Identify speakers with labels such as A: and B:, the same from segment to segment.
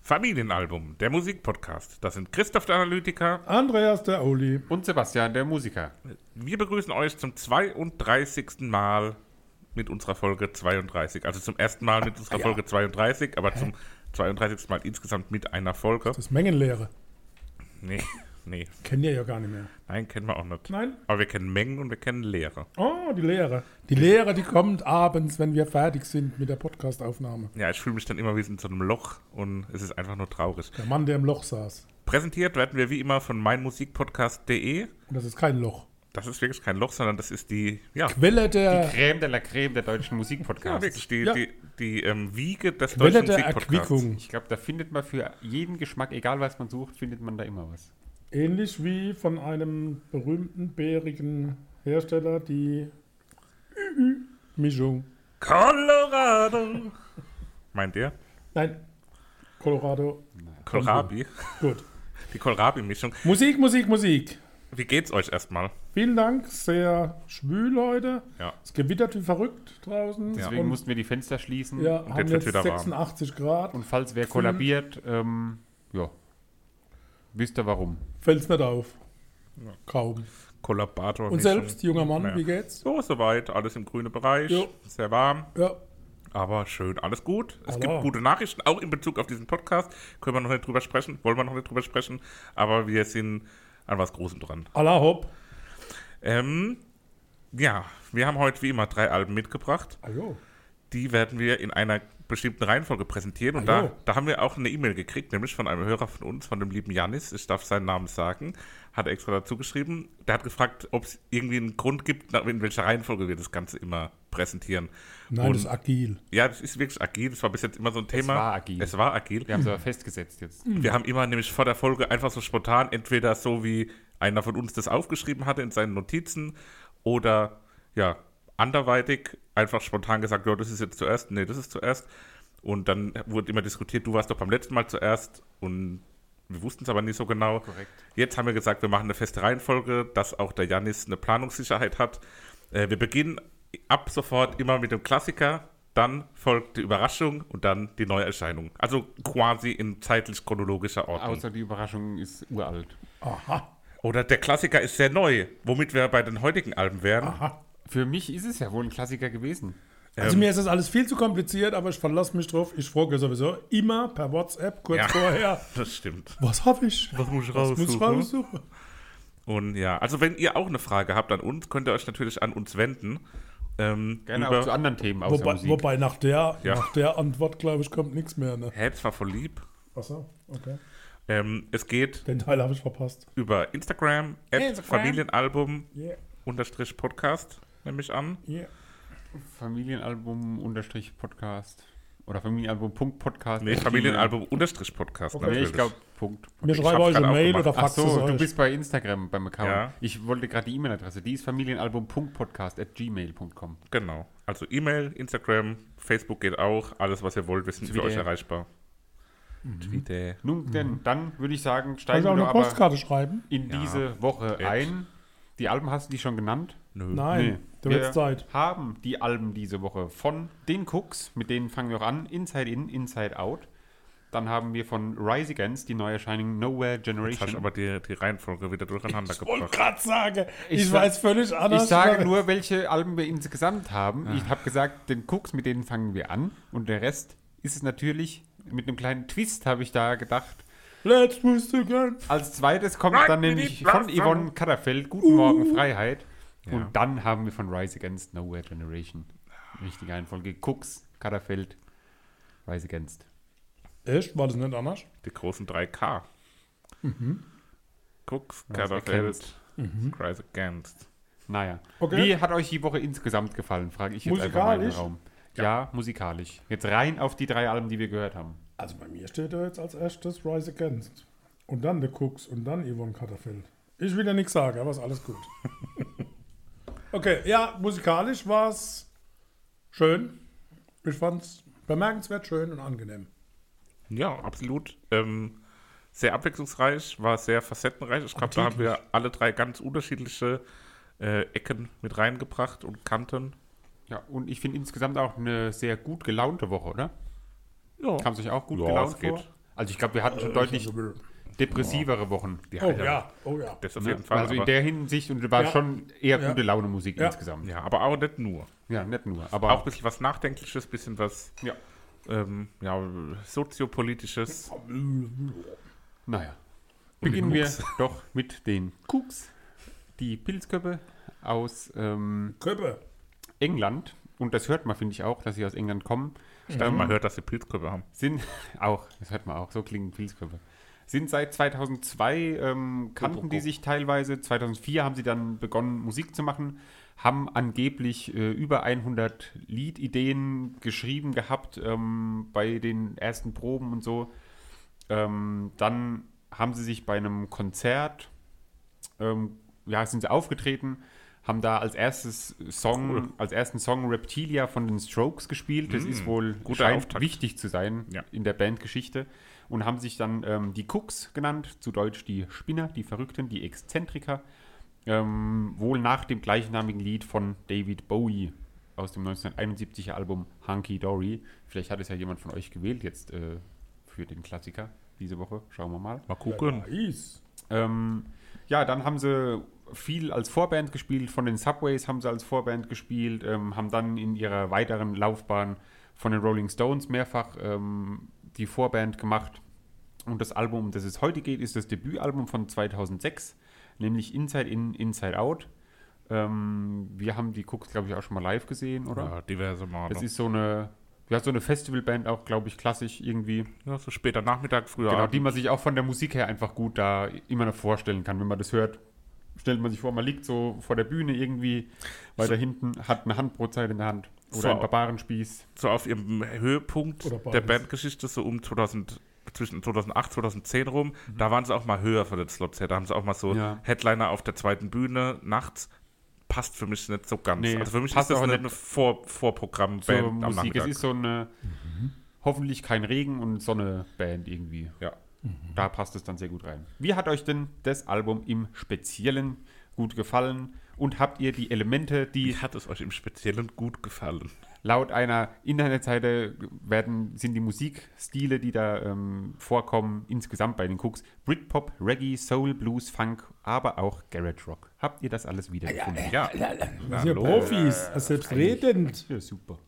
A: Familienalbum, der Musikpodcast. Das sind Christoph der Analytiker.
B: Andreas der Oli.
C: Und Sebastian, der Musiker.
A: Wir begrüßen euch zum 32. Mal mit unserer Folge 32. Also zum ersten Mal mit unserer
B: ja.
A: Folge 32, aber zum 32. Mal insgesamt mit einer Folge.
B: Das ist Mengenlehre.
A: Nee, nee.
B: Kennen ihr ja gar nicht mehr.
A: Nein, kennen wir auch nicht.
B: Nein?
A: Aber wir kennen Mengen und wir kennen Leere.
B: Oh, die Lehre. Die Lehre, die kommt abends, wenn wir fertig sind mit der Podcastaufnahme.
A: Ja, ich fühle mich dann immer wie in so einem Loch und es ist einfach nur traurig.
B: Der Mann, der im Loch saß.
A: Präsentiert werden wir wie immer von meinmusikpodcast.de.
B: Und das ist kein Loch.
A: Das ist wirklich kein Loch, sondern das ist die, ja,
B: Quelle der,
C: Creme de la Creme der deutschen
A: ja
C: Musikpodcasts.
A: wirklich die,
B: Ja.
A: die, die ähm, Wiege des
B: Quelle
A: deutschen
B: der
A: Musikpodcasts.
B: Erquickung.
C: Ich glaube, da findet man für jeden Geschmack, egal was man sucht, findet man da immer was.
B: Ähnlich wie von einem berühmten bärigen Hersteller die Mischung.
A: Colorado. Meint ihr?
B: Nein, Colorado.
A: Kohlrabi.
B: Gut.
A: Die Kohlrabi-Mischung.
B: Musik, Musik, Musik.
A: Wie geht's euch erstmal?
B: Vielen Dank, sehr schwül heute.
A: Ja.
B: Es gewittert wie verrückt draußen.
C: Deswegen
B: Und-
C: mussten wir die Fenster schließen.
B: Ja,
A: Hm. Und
B: haben
A: jetzt wird's
B: jetzt
A: wieder warm.
B: 86 Grad.
C: Und falls wer kollabiert, ähm, ja, wisst ihr warum.
B: Fällt's nicht auf. Kaum.
A: Kollaborator.
B: Und selbst, junger Mann,
A: Naja.
B: wie geht's?
A: So, soweit. Alles im grünen Bereich.
B: Jo.
A: Sehr warm.
B: Ja.
A: Aber schön. Alles gut. Es
B: Aber.
A: gibt gute Nachrichten, auch in Bezug auf diesen Podcast. Können wir noch nicht drüber sprechen. Wollen wir noch nicht drüber sprechen. Aber wir sind an was Großem dran.
B: Allah hopp.
A: Ähm, ja, wir haben heute wie immer drei Alben mitgebracht.
B: Ajo.
A: Die werden wir in einer bestimmten Reihenfolge präsentieren. Und
B: Ah,
A: da,
B: jo.
A: da haben wir auch eine E-Mail gekriegt, nämlich von einem Hörer von uns, von dem lieben Janis. Ich darf seinen Namen sagen. Hat er extra dazu geschrieben. Der hat gefragt, ob es irgendwie einen Grund gibt, nach- in welcher Reihenfolge wir das Ganze immer präsentieren.
B: Nein,
A: Und-
B: das ist agil.
A: Ja, das ist wirklich agil. Das war bis jetzt immer so ein Thema.
C: war agil.
A: Es war agil.
C: Wir haben es aber festgesetzt jetzt.
A: Wir haben immer nämlich vor der Folge einfach so spontan, entweder so wie einer von uns das aufgeschrieben hatte in seinen Notizen oder ja, anderweitig einfach spontan gesagt, ja, das ist jetzt zuerst, nee, das ist zuerst. Und dann wurde immer diskutiert, du warst doch beim letzten Mal zuerst und wir wussten es aber nicht so genau.
C: Korrekt.
A: Jetzt haben wir gesagt, wir machen eine feste Reihenfolge, dass auch der Janis eine Planungssicherheit hat. Äh, wir beginnen ab sofort immer mit dem Klassiker, dann folgt die Überraschung und dann die Neuerscheinung. Also quasi in zeitlich chronologischer Ordnung.
C: Außer die Überraschung ist uralt.
B: Aha.
A: Oder der Klassiker ist sehr neu, womit wir bei den heutigen Alben wären.
B: Aha.
C: Für mich ist es ja wohl ein Klassiker gewesen.
B: Also
A: Ähm.
B: mir ist das alles viel zu kompliziert, aber ich verlasse mich drauf. Ich frage sowieso immer per WhatsApp kurz
A: Ja.
B: vorher,
A: Das stimmt.
B: was habe ich?
A: Was muss ich
B: Was muss ich raussuchen?
A: Und ja, also wenn ihr auch eine Frage habt an uns, könnt ihr euch natürlich an uns wenden. Ähm,
C: Gerne
A: über
C: auch zu anderen Themen außer
B: Wobei,
C: Musik.
B: wobei nach, der,
A: Ja.
B: nach der Antwort, glaube ich, kommt nichts mehr. Ne?
A: Herz war voll lieb.
B: Achso, okay.
A: Ähm, es geht
B: Den Teil habe ich verpasst.
A: über Instagram, at
C: Instagram.
A: Familienalbum
B: Yeah,
A: unterstrich Podcast, nehme ich an.
B: yeah.
C: Familienalbum unterstrich Podcast. Oder Familienalbum.podcast.
A: Nee, Familienalbum unterstrich Podcast.
B: Okay.
C: Nee,
A: natürlich.
C: ich glaube, Punkt.
B: Mir
A: Ich
B: schreibt
A: hab's
B: euch
A: grad
B: eine Mail
A: aufgemacht.
B: oder
C: Ach
B: faxt es
C: so, du
B: euch.
C: bist bei Instagram beim Account.
A: Ja.
C: Ich wollte gerade die E-Mail-Adresse. Die ist familienalbum.podcast.gmail.com.
A: Genau. Also E-Mail, Instagram, Facebook geht auch. Alles, was ihr wollt, wir sind für
C: Twitter. Mhm.
A: euch erreichbar. Twitter.
C: Nun denn, dann würde ich sagen,
B: Kann
C: steigen
B: ich auch
C: wir
B: eine
C: aber
B: Postkarte schreiben?
C: in
A: Ja.
C: diese Woche
A: Jetzt.
C: ein. Die Alben hast du die schon genannt?
A: Nö.
B: Nein, da
C: wir
B: wird's Zeit.
C: haben die Alben diese Woche von den Cooks, mit denen fangen wir auch an, Inside In, Inside Out. Dann haben wir von Rise Against die Neuerscheinung Nowhere
A: Jetzt hast du
C: Generation.
A: aber die, die Reihenfolge wieder durcheinander
B: Ich wollte
A: gebracht.
B: gerade sagen, ich,
C: Ich sa-
B: weiß völlig
C: Ich
B: anders.
C: sage nur, welche Alben wir insgesamt haben. Ich habe gesagt, den Cooks, mit denen fangen wir an. Und der Rest ist es natürlich mit einem kleinen Twist, habe ich da gedacht.
B: Let's twist again.
C: Als zweites kommt
A: Nein,
C: dann
A: die
C: nämlich
A: Platz-
C: von Yvonne Katterfeld Guten
B: Uh.
C: Morgen Freiheit. Und dann haben wir von Rise Against Nowhere Generation. Richtige Reihenfolge. Cooks, Katterfeld, Rise Against.
B: Echt? War das nicht anders?
A: Die großen 3K. Cooks, Kaderfeld,
C: Mhm. Against. Mhm.
A: Rise Against.
C: Naja.
B: Okay.
C: Wie hat euch die Woche insgesamt gefallen, frage ich jetzt einfach mal in den
B: Musikalisch?
C: Raum. Ja. musikalisch. Jetzt rein auf die drei Alben, die wir gehört haben.
B: Also bei mir steht da jetzt als erstes Rise Against. Und dann The Cooks und dann Yvonne Katterfeld. Ich will ja nichts sagen, aber ist alles gut. okay, ja, musikalisch war es schön. Ich fand's bemerkenswert schön und angenehm.
A: Ja, absolut. Ähm, sehr abwechslungsreich, war sehr facettenreich. Ich glaube, da haben wir alle drei ganz unterschiedliche äh, Ecken mit reingebracht und Kanten.
C: Ja, und ich finde insgesamt auch eine sehr gut gelaunte Woche, oder?
A: Ja.
C: Kam es euch auch gut
A: Ja,
C: gelaunt
A: es geht. Äh,
C: vor? Also ich glaube, wir hatten schon deutlich depressivere Wochen.
B: Oh ja, oh ja.
A: Das auf
C: Ne?
A: jeden Fall.
C: also in
A: aber,
C: der Hinsicht und war
B: Ja.
C: schon eher
B: Ja.
C: gute Laune Musik
B: Ja.
C: insgesamt.
A: ja, aber auch nicht nur.
C: Ja, nicht nur. Aber
A: Auch ein bisschen was Nachdenkliches, bisschen was
C: ja.
A: ähm, ja, soziopolitisches.
C: Naja.
A: Und
C: Beginnen
A: den
C: wir
A: Kucks.
C: doch mit den Cooks, die Pilzköppe aus ähm,
B: Köppe.
C: England. Und das hört man, finde ich auch, dass sie aus England kommen. Ähm,
A: Man hört, dass sie Pilzköpfe haben.
C: sind auch, das hört man auch, so klingen Pilzköpfe. Sind seit 2002, ähm, kannten die sich teilweise. 2004 haben sie dann begonnen, Musik zu machen, haben angeblich äh, über 100 Liedideen geschrieben gehabt ähm, bei den ersten Proben und so. Ähm, dann haben sie sich bei einem Konzert, ähm, ja, sind sie aufgetreten, haben da als erstes Song,
A: Cool. Mhm.
C: als ersten Song Reptilia von den Strokes gespielt. Das ist wohl
A: guter
C: scheint
A: Auftakt.
C: wichtig zu sein
A: Ja.
C: in der Bandgeschichte und haben sich dann ähm, die Cooks genannt, zu Deutsch die Spinner, die Verrückten, die Exzentriker, ähm, wohl nach dem gleichnamigen Lied von David Bowie aus dem 1971er Album Hunky Dory. Vielleicht hat es ja jemand von euch gewählt jetzt äh, für den Klassiker diese Woche. Schauen wir mal.
A: Mal gucken.
B: Nice.
C: Ähm, ja, dann haben sie viel als Vorband gespielt, von den Subways haben sie als Vorband gespielt, ähm, haben dann in ihrer weiteren Laufbahn von den Rolling Stones mehrfach ähm, die Vorband gemacht. Und das Album, um das es heute geht, ist das Debütalbum von 2006, nämlich Inside In, Inside Out. Ähm, wir haben die Cooks, glaube ich, auch schon mal live gesehen, oder?
A: Ja, genau. diverse Male.
C: Das ist so eine, ja, so eine Festivalband auch, glaube ich, klassisch irgendwie.
A: ja, so später Nachmittag, früher
C: Genau,
A: Abend.
C: die man sich auch von der Musik her einfach gut da immer noch vorstellen kann. Wenn man das hört, stellt man sich vor, man liegt so vor der Bühne irgendwie weiter hinten, hat eine Handbrotzeit in der Hand oder
A: So.
C: einen Barbarenspieß.
A: so auf ihrem Höhepunkt
B: Oder
A: der
B: beides.
A: Bandgeschichte, so um 2000, zwischen 2008, 2010 rum,
B: Mhm.
A: da waren sie auch mal höher von den Slots her. Da haben sie auch mal so
C: Ja.
A: Headliner auf der zweiten Bühne nachts. Passt für mich nicht so ganz.
C: Nee,
A: also für mich ist
C: passt
A: das
C: auch
A: eine,
C: nicht
A: eine Vor Vorprogramm-Band
C: So
A: am
C: Musik, es
A: Nachmittag. Mhm.
C: ist so eine hoffentlich kein Regen und Sonne-Band irgendwie.
A: ja.
C: Da passt es dann sehr gut rein. Wie hat euch denn das Album im Speziellen gut gefallen? Und habt ihr die Elemente, die
A: Wie hat es euch im Speziellen gut gefallen?
C: Laut einer Internetseite werden, sind die Musikstile, die da ähm, vorkommen, insgesamt bei den Cooks Britpop, Reggae, Soul, Blues, Funk, aber auch Garage Rock. Habt ihr das alles wiedergefunden?
A: Ja,
B: Das sind ja Profis, das ist selbstredend.
C: Ja, super.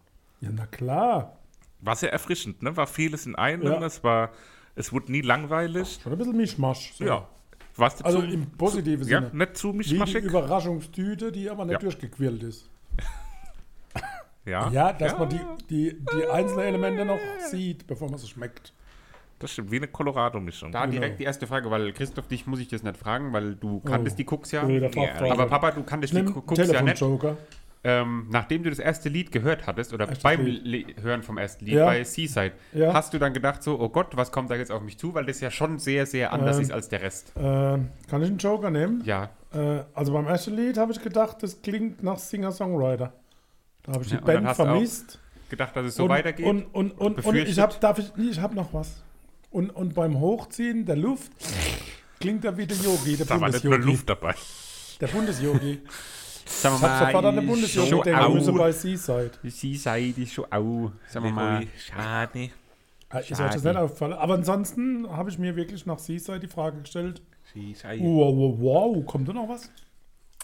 B: Ja, na klar.
A: war sehr erfrischend, ne? War vieles in einem,
B: Ja.
A: es war, es wurde nie langweilig.
B: Schon ein bisschen Mischmasch. So.
A: Ja. Warst du
B: Also
A: zu,
B: im positiven
A: ja,
B: Sinne.
A: nicht zu
B: Wie die
A: mischmaschig?
B: Überraschungstüte, die aber nicht
A: Ja.
B: durchgequirlt ist.
A: Ja,
B: Ja, dass man die, die, die einzelnen Elemente noch sieht, bevor man sie schmeckt.
A: das stimmt, wie eine Colorado-Mischung.
C: Da
B: Genau.
C: direkt die erste Frage, weil Christoph, dich muss ich das nicht fragen, weil du kanntest
B: Oh.
C: die Cooks ja.
B: Blöder Fachfrage.
C: Aber Papa, du kanntest die
B: Nimm
C: Cooks ja nicht.
B: Telefon-Joker.
C: Ähm, nachdem du das erste Lied gehört hattest oder
B: Erstes
C: beim
B: Lied.
C: Le Hören vom ersten Lied
B: Ja.
C: bei Seaside,
B: Ja.
C: hast du dann gedacht so, oh Gott, was kommt da jetzt auf mich zu? Weil das ja schon sehr, sehr anders
B: Ähm.
C: ist als der Rest.
B: Ähm, kann ich einen Joker nehmen?
C: Ja,
B: Äh, also beim ersten Lied habe ich gedacht, das klingt nach Singer-Songwriter. Da habe ich die
C: Ja, und dann
B: Band
C: hast du auch
B: vermisst.
C: gedacht, dass es so
B: und,
C: weitergeht.
B: Und, und, und, und ich
C: befürchtet.
B: habe darf ich, nee, ich hab noch was. Und, und beim Hochziehen der Luft klingt er wie der Yogi, der
A: Da war nicht nur
B: Bundesyogi.
A: Luft dabei.
B: Der Bundesyogi.
C: Sagen
B: Ich habe sofort an den Bundesjogi
C: schon
B: gedacht,
C: au.
B: wir müssen bei Seaside. Äh,
C: Sie sei die schon au. Sagen wir mal.
A: Schade.
B: Äh, Ist euch das
C: Schade.
B: nicht aufgefallen? Aber ansonsten habe ich mir wirklich nach Seaside die Frage gestellt,
A: Schade.
B: wow, wow, wow, kommt da noch was?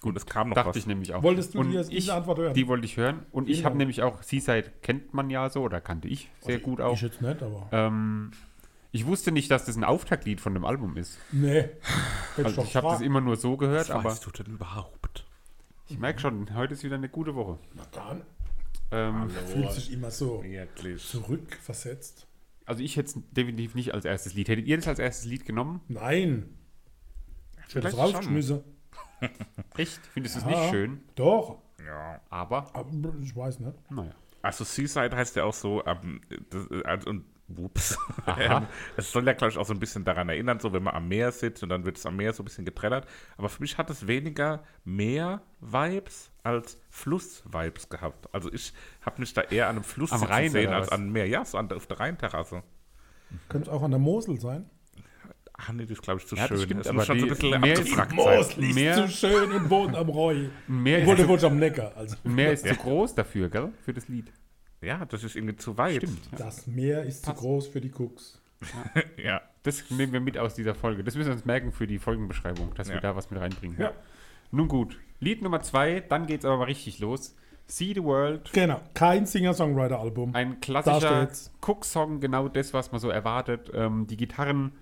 A: Gut, es kam noch
C: Dachte
A: was.
C: ich nämlich auch.
B: Wolltest du
C: Und
B: die jetzt
C: ich,
B: diese Antwort hören?
C: Die wollte ich hören. Und ich
B: Vielen
C: habe
B: Dank.
C: nämlich auch, Seaside kennt man ja so oder kannte ich sehr gut auch.
B: Ich jetzt nicht, aber...
C: Ähm, ich wusste nicht, dass das ein Auftaktlied von dem Album ist.
B: Nee. Hätte
C: Also
B: doch
C: ich habe das
B: gefragt.
C: immer nur so gehört, aber
A: du denn überhaupt?
C: ich merke schon, heute ist wieder eine gute Woche.
B: Dann
C: Ähm,
B: fühlt sich immer so
A: Wirklich.
B: zurückversetzt.
C: also ich hätte es definitiv nicht als erstes Lied. Hättet ihr das als erstes Lied genommen?
B: Nein. Ich hätte es
A: Vielleicht
B: rausgeschmissen.
C: Echt? Findest du es
B: Ja.
C: nicht schön?
B: Doch.
A: Ja.
C: Aber,
B: Aber ich weiß nicht.
C: naja.
A: Also Seaside heißt ja auch so, ähm, das, äh, also, und, ups.
C: Aha.
A: Ähm, Es soll ja, glaube ich, auch so ein bisschen daran erinnern, so wenn man am Meer sitzt und dann wird es am Meer so ein bisschen getrellert. Aber für mich hat es weniger Meer-Vibes als Fluss-Vibes gehabt. Also ich habe mich da eher an einem Fluss
C: Am
A: sitzen
C: Rhein
A: sehen
C: oder
A: als
C: was?
A: an einem Meer. Ja, so an, der- auf der Rheinterrasse.
B: Könnte es auch an der Mosel sein?
A: Ah nee, das ist, glaube ich, zu
C: Ja, das
A: schön.
C: stimmt,
A: Es
C: aber
A: muss schon so
C: die-
A: ein bisschen
C: Meer ist-
A: abgefragt sein.
C: Mosel ist Meer- zu
B: schön und wohnt am Reu.
C: Mehr
B: Wurde
C: ist,
B: wohl am Neckar. Also.
C: mehr ist zu groß dafür, gell? Für das Lied.
A: Ja, das ist irgendwie zu weit.
C: Stimmt.
B: Das Meer ist zu groß für die Cooks.
A: ja.
C: Das nehmen wir mit aus dieser Folge. Das müssen wir uns merken für die Folgenbeschreibung, dass
A: Ja.
C: wir da was mit reinbringen.
B: Ja.
C: Nun gut, Lied Nummer zwei, dann geht's aber mal richtig los. See the World,
B: Genau, kein Singer-Songwriter-Album.
C: ein
B: Da
C: klassischer
B: steht's.
C: Cook-Song, genau das, was man so erwartet. Ähm, die Gitarren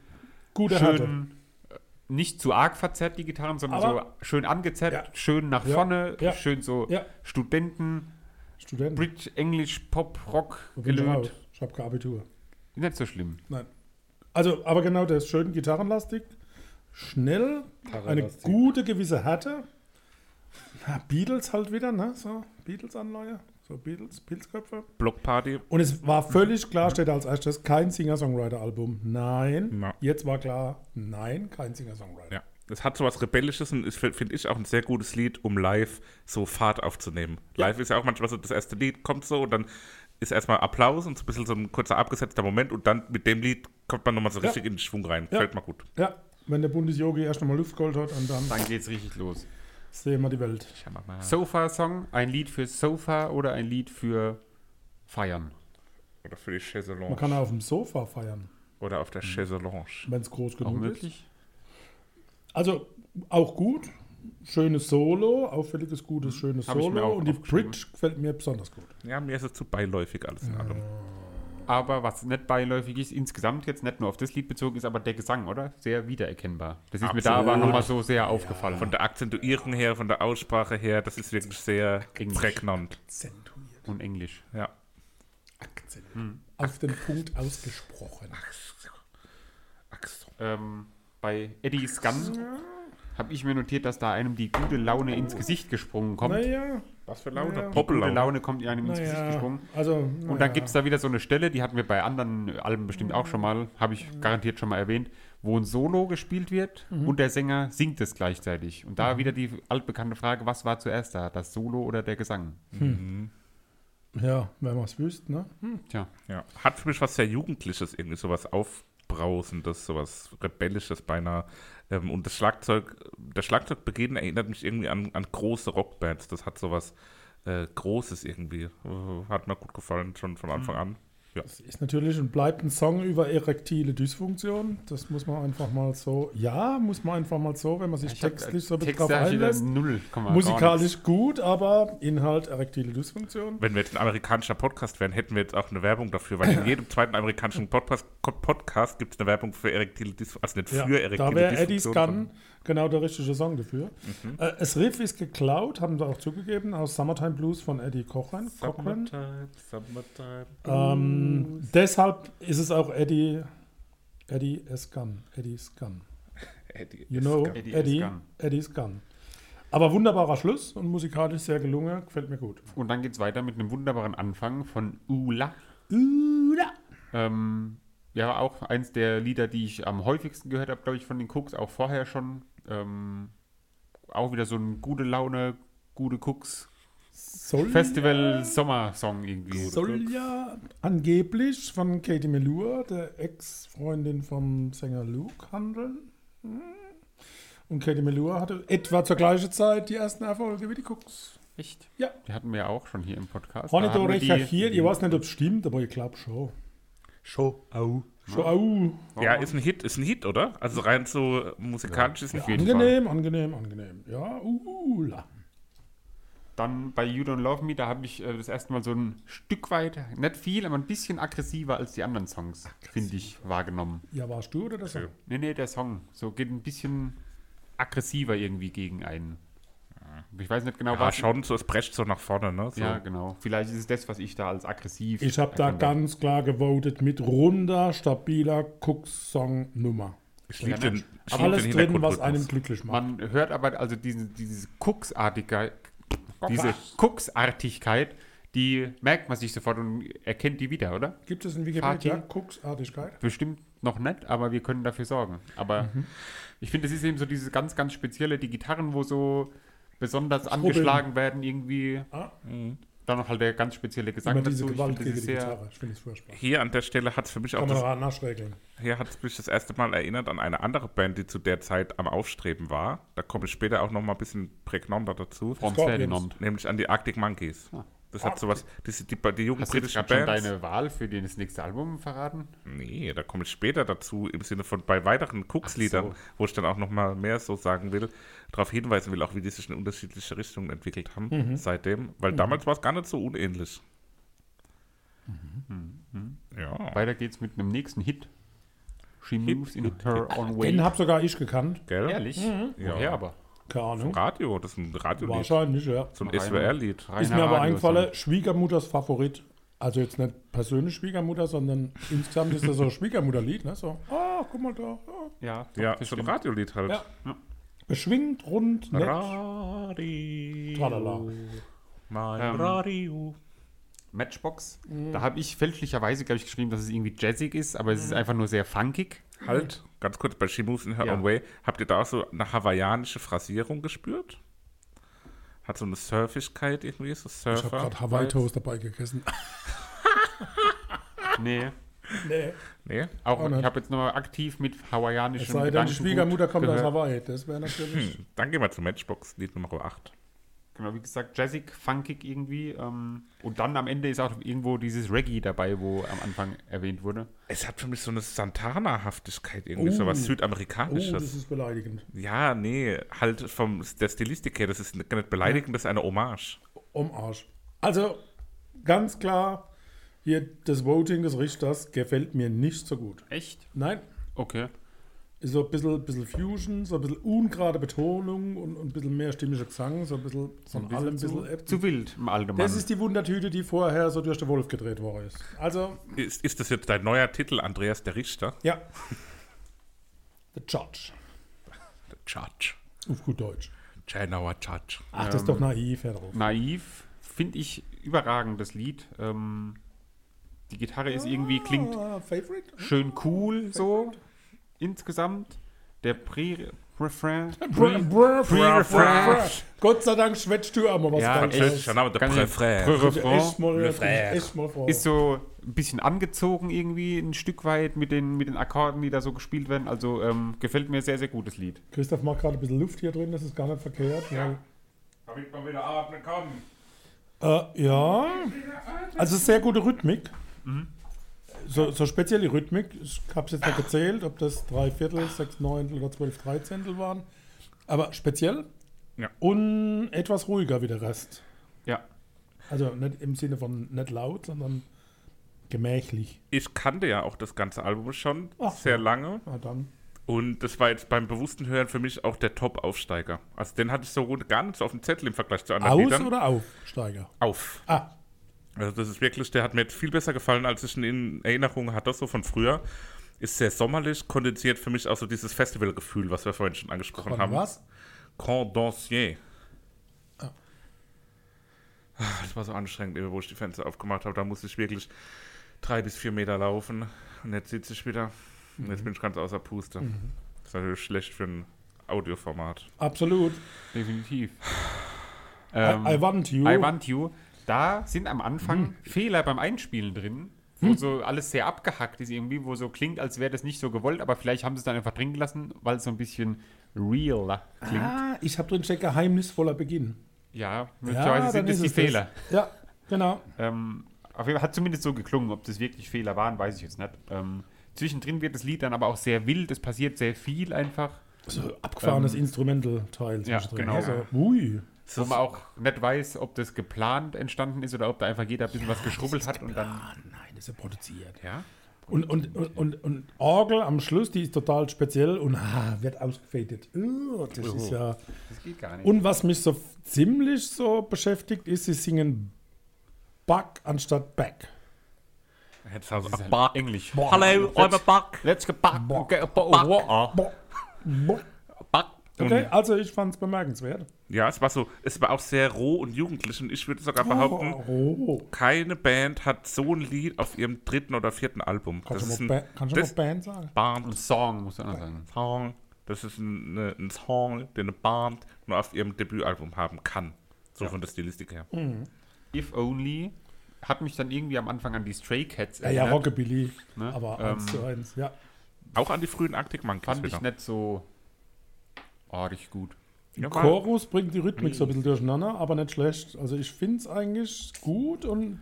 B: Gute Härte.
C: schön, äh, nicht zu arg verzerrt, die Gitarren, sondern
B: Aber-
C: so schön angezerrt,
B: Ja.
C: schön nach
B: Ja.
C: vorne,
B: Ja.
C: schön so
B: Ja.
C: Studenten,
B: Student.
C: Bridge, Englisch, Pop, Rock
B: Wo bin ich raus?
C: gelöst.
B: Ich habe kein Abitur.
C: Nicht so schlimm.
B: Nein. Also, aber genau das. Schön gitarrenlastig, schnell, eine
A: Gitarrenlastig.
B: gute gewisse Härte. Na, Beatles halt wieder, ne? So, Beatles-Anleihe. So, Beatles, Pilzköpfe.
A: Blockparty.
B: Und es war völlig klar, steht als erstes, kein Singer-Songwriter-Album. Nein.
A: Na.
B: Jetzt war klar, nein, kein Singer-Songwriter.
A: Ja. Es hat sowas Rebellisches und ist, finde ich, auch ein sehr gutes Lied, um live so Fahrt aufzunehmen. Live ist ja auch manchmal so, das erste Lied kommt so und dann ist erstmal Applaus und so ein bisschen so ein kurzer abgesetzter Moment und dann mit dem Lied kommt man nochmal so
B: Ja.
A: richtig in den Schwung rein.
B: Ja.
A: Fällt mal gut.
B: Ja. Wenn der Bundesjogi erst nochmal Luft geholt hat und dann
C: Dann geht's richtig los.
B: sehen wir die Welt.
C: Sofa-Song, ein Lied für Sofa oder ein Lied für Feiern.
A: Oder für die Chaiselange.
B: Man kann auch auf dem Sofa feiern,
A: Oder auf der Chaiselange.
B: wenn es groß
C: Auch
B: genug ist.
C: möglich?
B: Also auch gut. Schönes Solo, auffälliges, gutes, schönes
C: Mhm. Hab ich mir
B: Solo.
C: auch
B: Und die
C: aufgeschrieben.
B: Bridge gefällt mir besonders gut.
A: Ja, mir ist es zu beiläufig alles in allem.
C: Aber was nicht beiläufig ist, insgesamt jetzt nicht nur auf das Lied bezogen, ist aber der Gesang, oder? Sehr wiedererkennbar. Das ist mir da
A: Absolut.
C: aber nochmal so sehr aufgefallen.
A: Von der Akzentuierung her, von der Aussprache her, das ist wirklich sehr
C: Englisch.
A: prägnant.
B: Akzentuiert.
C: Und Englisch.
A: Ja.
B: Akzent.
C: Mhm.
B: Auf den Punkt ausgesprochen.
C: Ähm, bei Eddie Scan habe ich mir notiert, dass da einem die gute Laune ins Gesicht gesprungen kommt.
B: Naja,
A: Was für Laune?
B: Ja.
C: Gute
A: Poppellaune.
C: Laune kommt einem ins Gesicht
B: naja.
C: gesprungen.
B: Also, naja.
C: Und dann gibt es da wieder so eine Stelle, die hatten wir bei anderen Alben bestimmt auch schon mal, habe ich
B: Mhm.
C: garantiert schon mal erwähnt, wo ein Solo gespielt wird und der Sänger singt es gleichzeitig. Und
B: Mhm.
C: da wieder die altbekannte Frage, was war zuerst da, das Solo oder der Gesang?
B: Ja, wenn man es wüsste, ne?
C: Tja,
A: Ja. Hat für mich was sehr Jugendliches, irgendwie sowas Aufbrausendes, sowas Rebellisches beinahe. Ähm, und das Schlagzeug, der Schlagzeugbeginn erinnert mich irgendwie an, an große Rockbands. Das hat sowas äh, Großes irgendwie. Äh, Hat mir gut gefallen, schon
B: Mhm.
A: von Anfang an. Ja.
B: Das ist natürlich und bleibt ein Song über erektile Dysfunktion. Das muss man einfach mal so, ja, muss man einfach mal so, wenn man sich
C: ich hab, äh,
B: textlich so
C: Texte
B: drauf
C: hab ich wieder
B: einlässt.
C: null, Komma gar nichts.
B: Musikalisch gut, aber Inhalt erektile Dysfunktion.
A: Wenn wir jetzt ein amerikanischer Podcast wären, hätten wir jetzt auch eine Werbung dafür, weil in jedem zweiten amerikanischen Podcast, Podcast gibt es eine Werbung für erektile Dysfunktion, also nicht für
B: Ja,
A: erektile
B: da wäre Eddie's
A: Dysfunktion,
B: Gun
A: sondern-
B: genau der richtige Song dafür.
C: Mhm.
B: Äh, das Riff ist geklaut, haben sie auch zugegeben, aus Summertime Blues von Eddie Cochran. Cochran.
A: Summertime, Summertime.
B: Ähm, deshalb ist es auch Eddie, Eddie S. Gun. Eddie's Gun.
A: Eddie
B: You
A: ist
B: know,
A: geil.
B: Eddie,
C: Eddie
B: Eddie,
C: S. Gunn.
B: Eddie's Gun. Aber wunderbarer Schluss und musikalisch sehr gelungen, gefällt mir gut.
C: Und dann geht es weiter mit einem wunderbaren Anfang von Ula. Ähm, ja, auch eins der Lieder, die ich am häufigsten gehört habe, glaube ich, von den Cooks, auch vorher schon. Ähm, auch wieder so ein gute Laune, gute Cooks,
B: Soll
C: Festival Sommersong irgendwie.
B: Soll ja angeblich von Katie Melua, der Ex-Freundin vom Sänger Luke, handeln. Und Katie Melua hatte etwa zur gleichen Zeit die ersten Erfolge wie die Cooks.
C: Echt?
B: Ja.
C: Die hatten wir ja auch schon hier im Podcast.
B: Habe
C: Da
B: ich da
C: haben wir die-
B: recherchiert,
C: die-
B: ich weiß nicht, ob es stimmt, aber ich glaube schon.
C: Show. Au.
B: Schon au.
A: Ja, ist ein Hit, ist ein Hit, oder? Also rein so äh, musikalisch ist ein
C: Auf
A: Hit.
C: jeden Fall.
B: Angenehm, angenehm, angenehm. Ja, uh, la.
C: Dann bei You Don't Love Me, da habe ich äh, das erste Mal so ein Stück weit, nicht viel, aber ein bisschen aggressiver als die anderen Songs, finde ich, wahrgenommen.
B: Ja, warst du oder das?
A: Ja.
C: Nee, nee, der Song. So geht ein bisschen aggressiver irgendwie gegen einen. Ich weiß nicht genau,
A: Ja, war schon so, es prescht so nach vorne, ne? So.
C: Ja, genau. Vielleicht ist es das, was ich da als aggressiv.
B: Ich habe da
C: erkannt
B: ganz klar gewotet mit runder, stabiler Cooks-Song-Nummer.
A: Ich liebe
C: Ja,
A: den,
C: Mensch.
A: ich lieb
B: Alles
A: den
B: drin, was
A: Hintergrundrhythmus.
B: einem glücklich macht.
C: Man hört aber also diese, diese Cooks-artige,
B: Oh
C: diese Cooks-Artigkeit, die merkt man sich sofort und erkennt die wieder, oder?
B: Gibt es in Wikipedia
C: Party.
B: Cooks-Artigkeit?
C: Bestimmt noch nicht, aber wir können dafür sorgen. Aber
B: Mhm.
C: ich finde, es ist eben so dieses ganz, ganz spezielle, die Gitarren, wo so besonders angeschlagen werden irgendwie.
B: Ah.
C: Dann noch halt der ganz spezielle Gesang
B: Immer diese
C: dazu.
B: Gewalt
C: ich finde,
B: gegen
C: das
B: die
C: ist sehr,
B: Gitarre. Ich finde es furchtbar.
A: Hier an der Stelle hat es für mich auch
B: Kann man
A: das,
B: daran nachschrägeln.
A: hier hat's mich das erste Mal erinnert an eine andere Band, die zu der Zeit am Aufstreben war. Da komme ich später auch noch mal ein bisschen prägnanter dazu.
C: Franz
B: Scorpions.
C: Ferdinand.
A: Nämlich an die Arctic Monkeys. Das hat sowas. Die, die, die jungen
C: Ah. Hast du jetzt
A: britischen
C: gerade schon
A: Bands.
C: deine Wahl für die- das nächste Album verraten?
A: Nee, da komme ich später dazu, im Sinne von bei weiteren Cooks-Liedern,
C: Ach so.
A: wo ich dann auch nochmal mehr so sagen will, darauf hinweisen will, auch wie die sich in unterschiedliche Richtungen entwickelt haben
C: Mhm.
A: seitdem, weil damals war es gar nicht so unähnlich.
C: Mhm.
A: Mhm. Ja,
C: Weiter geht's mit einem nächsten Hit. She moves in her own way.
B: Den hab sogar ich gekannt.
A: gell?
C: Ehrlich?
A: Ja.
C: Mhm. Woher aber?
B: Keine Ahnung.
A: Radio, das ist ein Radiolied, so
B: Wahrscheinlich, ja.
A: ein
C: Reiner-
A: SWR-Lied.
C: Reiner
B: Ist mir aber
C: Radiosong.
B: eingefallen, Schwiegermutters Favorit. Also jetzt nicht persönlich Schwiegermutter, sondern insgesamt ist das so ein Schwiegermutterlied, ne? So, ah, guck mal da. ah.
C: Ja, doch,
A: Ja,
C: das
A: so ein
C: stimmt.
A: Radiolied halt.
B: Ja. Beschwingt, rund, nett.
A: Radio.
B: Tralala.
A: Mein
C: Ähm.
A: Radio.
C: Matchbox.
B: Mhm.
C: Da habe ich fälschlicherweise, glaube ich, geschrieben, dass es irgendwie jazzig ist, aber
B: Mhm.
C: es ist einfach nur sehr funkig.
A: Halt, ganz kurz, bei She Moves in Her
C: Ja.
A: Own Way, habt ihr da auch so eine hawaiianische Phrasierung gespürt? Hat so eine Surfigkeit irgendwie, so Surfer.
B: Ich habe gerade Hawaii Toast dabei gegessen.
C: Nee.
B: nee.
A: Nee,
C: Auch,
B: Auch nicht.
C: ich habe jetzt nochmal aktiv mit
B: Es
C: hawaiianischem
B: sei denn, die
C: Gedankengut
B: Schwiegermutter kommt aus
C: gehört.
B: Hawaii. Das wäre natürlich.
A: dann gehen wir zu Matchbox, Lied Nummer 8.
C: Genau, wie gesagt, jazzig, funkig irgendwie. Ähm, und dann am Ende ist auch irgendwo dieses Reggae dabei, wo am Anfang erwähnt wurde.
A: Es hat für mich so eine Santana-Haftigkeit irgendwie,
B: Oh.
A: so was
B: Oh, das
A: Südamerikanisches.
B: ist beleidigend.
A: ja, nee, halt vom der Stilistik her, das ist nicht nicht beleidigend, das ist eine Hommage.
B: Um Arsch. Also, ganz klar, hier das Voting des Richters gefällt mir nicht so gut.
C: Echt?
B: Nein,
C: Okay.
B: ist so ein bisschen, bisschen Fusion, so ein bisschen ungerade Betonung und, und ein bisschen mehr stimmischer Gesang, so ein bisschen von allem ein bisschen
C: zu,
B: App.
C: zu wild im alten Mann.
B: Das ist die Wundertüte, die vorher so durch den Wolf gedreht worden ist. Also,
A: Ist, ist das jetzt dein neuer Titel, Andreas der Richter?
B: ja. The Judge.
A: The Judge.
B: Auf gut Deutsch.
A: Chenauer Judge.
B: Ach, das ist doch naiv, Herr drauf.
C: naiv, finde ich überragend, das Lied. Ähm, die Gitarre ist irgendwie, klingt
B: Ah, Favorite?
C: schön cool so insgesamt. Der Pre- Refrain.
B: Brr, brr, brr, brr, brr.
C: Pre-Refrain.
B: Gott sei Dank schwätzt du aber was
C: Ja,
B: ganz
C: echt.
B: anderes.
A: Französischer Name, der
C: Ganz-
A: Präfrère.
B: Echt
C: Pre-Refrain.
B: mal,
A: Le
B: bin ich
A: frère.
B: echt mal froh.
C: Ist so ein bisschen angezogen irgendwie, ein Stück weit mit den, mit den Akkorden, die da so gespielt werden. Also ähm, gefällt mir sehr, sehr gut das Lied.
B: Christoph macht gerade ein bisschen Luft hier drin, das ist gar nicht verkehrt. weil-
A: Damit man wieder atmen kann.
B: Äh, ja. Also sehr gute Rhythmik.
C: Mhm.
B: So, so spezielle Rhythmik. Ich habe es jetzt nicht gezählt, ob das drei Viertel, sechs Neuntel oder zwölf Dreizehntel waren. Aber speziell
A: Ja.
B: und etwas ruhiger wie der Rest.
C: Ja.
B: Also nicht im Sinne von nicht laut, sondern gemächlich.
A: Ich kannte ja auch das ganze Album schon
B: Ach.
A: sehr lange.
B: Na dann.
A: Und das war jetzt beim bewussten Hören für mich auch der Top-Aufsteiger. Also den hatte ich so gut gar nicht so auf dem Zettel im Vergleich zu anderen
B: Aus
A: Liedern.
B: oder auf, Steiger?
A: Auf.
B: Ah,
A: Also das ist wirklich, der hat mir jetzt viel besser gefallen, als ich ihn in Erinnerung hatte, so von früher. Ist sehr sommerlich, kondensiert für mich auch so dieses Festivalgefühl, was wir vorhin schon angesprochen
B: von
A: haben.
B: was?
A: Condancier.
B: Oh.
A: Ah, Das war so anstrengend, eben, wo ich die Fenster aufgemacht habe. Da musste ich wirklich drei bis vier Meter laufen. Und jetzt sitze ich wieder. Und
B: Mhm.
A: jetzt bin ich ganz außer Puste. Das ist natürlich schlecht für ein Audioformat.
B: Absolut.
C: Definitiv. Ähm,
B: I, I want you. Hm.
C: I Want You. Da sind am Anfang Fehler beim Einspielen drin, wo so alles sehr abgehackt ist irgendwie, wo so klingt, als wäre das nicht so gewollt, aber vielleicht haben sie es dann einfach drin gelassen, weil es so ein bisschen realer klingt.
B: ah, ich habe drin steht geheimnisvoller Beginn.
C: Ja, möglicherweise
B: dann
C: sind es
B: ist
C: die Fehler.
B: Ja, genau.
C: Ähm, auf jeden Fall hat zumindest so geklungen, ob das wirklich Fehler waren, weiß ich jetzt nicht. Ähm, zwischendrin wird das Lied dann aber auch sehr wild, es passiert sehr viel einfach,
B: So abgefahrenes Instrumental-Teil.
C: Ähm, ja,
B: zwischendrin,
C: genau.
B: Also, ui.
C: wo man auch nicht weiß, ob das geplant entstanden ist oder ob da einfach jeder ein bisschen was geschrubbelt hat und dann.
B: Ah, nein, das ist ja produziert.
C: Ja,
B: Und, und, und, und, und Orgel am Schluss, die ist total speziell und ah, wird ausgefadet. Uh, das ist ja.
C: das geht gar nicht.
B: Und was mich so f- ziemlich so beschäftigt, ist, sie singen Back anstatt Back.
A: Jetzt hast du
C: Das ist
A: Bar-
C: halt Englisch.
A: Hello, I'm a Buck.
C: Let's get back.
B: Bock.
C: Get a bottle of water.
B: Boah. Boah.
C: Back.
B: Okay, also ich fand es bemerkenswert.
A: Ja, es war so, es war auch sehr roh und jugendlich. Und ich würde sogar behaupten,
B: Oh.
A: keine Band hat so ein Lied auf ihrem dritten oder vierten Album.
B: Kannst
A: das
B: du
A: ist
B: mal,
A: ein
B: ba kannst du mal
A: das,
B: Band sagen?
A: Band
C: Und Song, muss man auch sagen.
A: Song. Das ist ein, eine- ein Song, den eine Band nur auf ihrem Debütalbum haben kann. So von der Stilistik her.
C: Mhm. If Only hat mich dann irgendwie am Anfang an die Stray Cats
B: Ja, ja,
C: erinnert.
B: Rockabilly.
C: Ne?
B: Aber
C: Ähm,
B: eins zu eins, ja.
A: Auch an die frühen Arctic Monkeys
C: Fand ich
A: wieder.
C: nicht so ordentlich gut.
B: Chorus bringt die Rhythmik
A: Mhm.
B: so ein bisschen durcheinander, aber nicht schlecht. Also ich finde es eigentlich gut und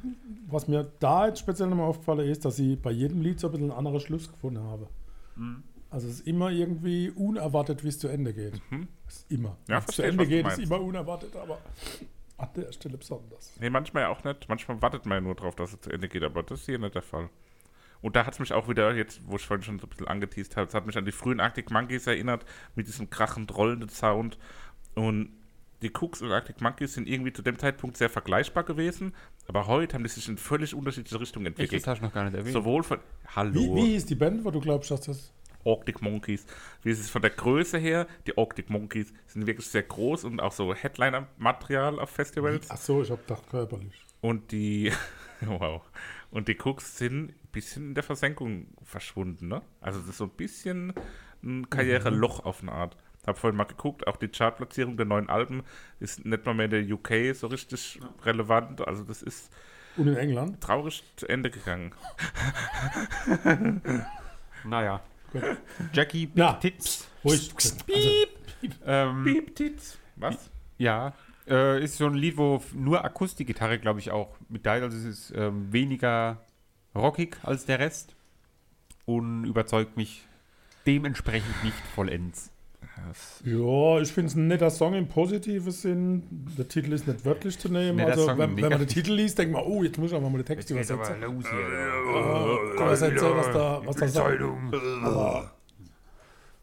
B: was mir da jetzt speziell nochmal aufgefallen ist, dass sie bei jedem Lied so ein bisschen einen anderen Schluss gefunden habe.
A: Mhm.
B: Also es ist immer irgendwie unerwartet, wie es zu Ende geht. Es Ist immer.
A: Mhm. Ja,
B: Wie's zu
A: verstehe ich,
B: Ende
A: was du
B: geht, ist
A: meinst.
B: immer unerwartet, aber an der Stelle besonders.
A: Nee, manchmal ja auch nicht. Manchmal wartet man ja nur drauf, dass es zu Ende geht, aber das ist hier nicht der Fall. Und da hat es mich auch wieder, jetzt, wo ich vorhin schon so ein bisschen angeteased habe, es hat mich an die frühen Arctic Monkeys erinnert, mit diesem krachend rollenden Sound. Und die Cooks und Arctic Monkeys sind irgendwie zu dem Zeitpunkt sehr vergleichbar gewesen, aber heute haben die sich in völlig unterschiedliche Richtungen entwickelt.
C: hast du noch gar nicht erwähnt.
A: Sowohl von. Hallo.
B: Wie, wie hieß die Band, wo du glaubst, dass das...
A: Arctic Monkeys. Wie ist es von der Größe her? Die Arctic Monkeys sind wirklich sehr groß und auch so Headliner-Material auf Festivals.
B: Ach so, ich habe gedacht körperlich.
A: Und die, wow, und die Cooks sind ein bisschen in der Versenkung verschwunden, ne? Also das ist so ein bisschen ein Karriereloch auf eine Art. Hab vorhin mal geguckt, auch die Chartplatzierung der neuen Alben ist nicht mal mehr in der UK so richtig relevant. Also das ist
B: Und in England?
A: traurig zu Ende gegangen.
C: Naja.
B: Gut.
C: Jackie, Big
B: Ja.
C: Tits.
B: Ruhig. Also,
C: Ähm,
A: Piep, Titz. Was?
C: Ja, äh, ist so ein Lied, wo f- nur Akustikgitarre, glaube ich, auch mit teilt. Also es ist ähm, weniger rockig als der Rest und überzeugt mich dementsprechend nicht vollends.
B: Ja, ich finde es ein netter Song im positiven Sinn. Der Titel ist nicht wörtlich zu nehmen.
C: Netter
B: also,
C: Song im
B: wenn, wenn man den
C: negativen.
B: Titel liest, denkt man, oh, jetzt muss ich aber mal den Text übersetzen. Aber Kann man jetzt nicht sehen, was da, was da sagt. Aber,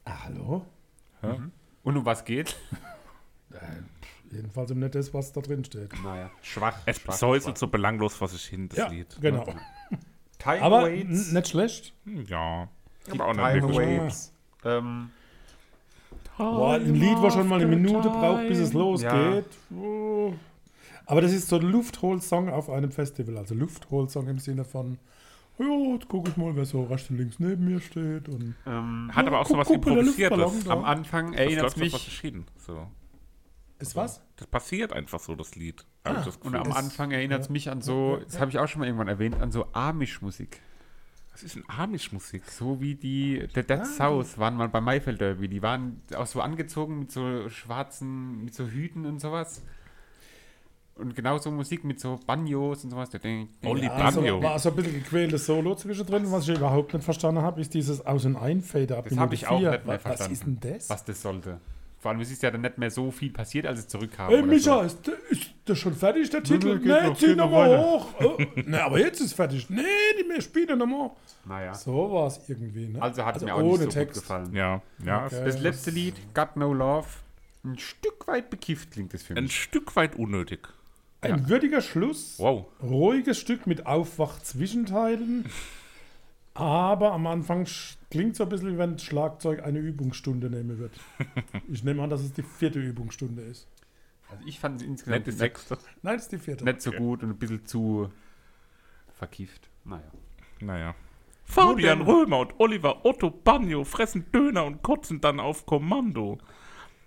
B: ah, hallo?
C: Und um was geht?
B: Jedenfalls um nicht das, was da drin steht.
C: Naja, schwach.
A: Es säuselt so belanglos vor sich hin, das
B: Ja,
A: Lied.
B: genau.
C: Time
B: Aber n-
C: Waits.
B: nicht schlecht.
A: Hm, Ja.
C: Die
A: Aber auch nicht
C: Time
A: wirklich.
B: Away.
C: Waits. Ähm,
B: Oh, Boah, ein Lied, wo schon mal eine Minute braucht, bis es losgeht. Oh. Aber das ist so ein Luftholsong auf einem Festival. Also Luftholsong im Sinne von, ja, jetzt gucke ich mal, wer so rechts und links neben mir steht. Und
C: ähm,
A: Hat aber auch so was
B: Kuckuck, der
A: Improvisiertes.
B: Luftballon da.
A: Das
C: am Anfang erinnert
A: läuft so vor
C: mich
A: sich hin. So.
B: ist was?
A: Das passiert einfach so, das Lied.
B: Ah.
A: Hab ich das
C: und
A: Gefühl.
C: am Anfang erinnert es mich an so, das habe ich auch schon mal irgendwann erwähnt, an so Amish-Musik.
A: das ist ein Amish-Musik.
C: So wie die The Dead South waren mal beim Maifeld Derby. Die waren auch so angezogen mit so schwarzen, mit so Hüten und sowas. Und genauso Musik mit so Banjos und sowas.
A: Oli
C: Ja.
B: Ja, so,
A: Banjo.
B: war so ein bisschen gequältes Solo zwischendrin. Was ich überhaupt nicht verstanden habe, ist dieses Aus- und Ein-Fade ab
C: Das
B: Minute
C: habe ich auch
B: vier.
C: nicht mehr verstanden.
B: Was ist denn das?
C: Was das sollte. Vor allem es ist ja dann nicht mehr so viel passiert, als es zurückkam.
B: Ey,
C: oder
B: Micha, ist, der- ist das schon fertig, der Titel?
C: geht
B: Nee,
C: noch,
B: zieh
C: geht noch
B: nochmal
C: weiter.
B: hoch. Oh, nee, aber jetzt ist fertig. Nee, die wir spielen nochmal.
C: So. Naja.
B: So war es irgendwie. Ne?
C: Also hat mir auch
B: ohne
C: nicht so
B: Text.
C: gut gefallen.
A: Ja, ja.
B: Okay.
A: es
C: Das letzte Lied, Got No Love, ein Stück weit bekifft klingt das für
A: ist Ein
C: mich.
A: Stück weit unnötig.
B: Ein würdiger Schluss.
A: Wow.
B: Ruhiges Stück mit Aufwach-Zwischenteilen. aber am Anfang sch- klingt so ein bisschen, wie wenn Schlagzeug eine Übungsstunde nehmen wird. ich nehme an, dass es die vierte Übungsstunde ist.
C: Also ich fand es insgesamt
A: Nette
C: nicht,
A: Sechste.
B: Nein, es ist die vierte.
C: nicht so gut und ein bisschen zu verkifft. Naja.
A: Naja. Fabian Römer und Oliver Otto Bagno fressen Döner und kotzen dann auf Kommando.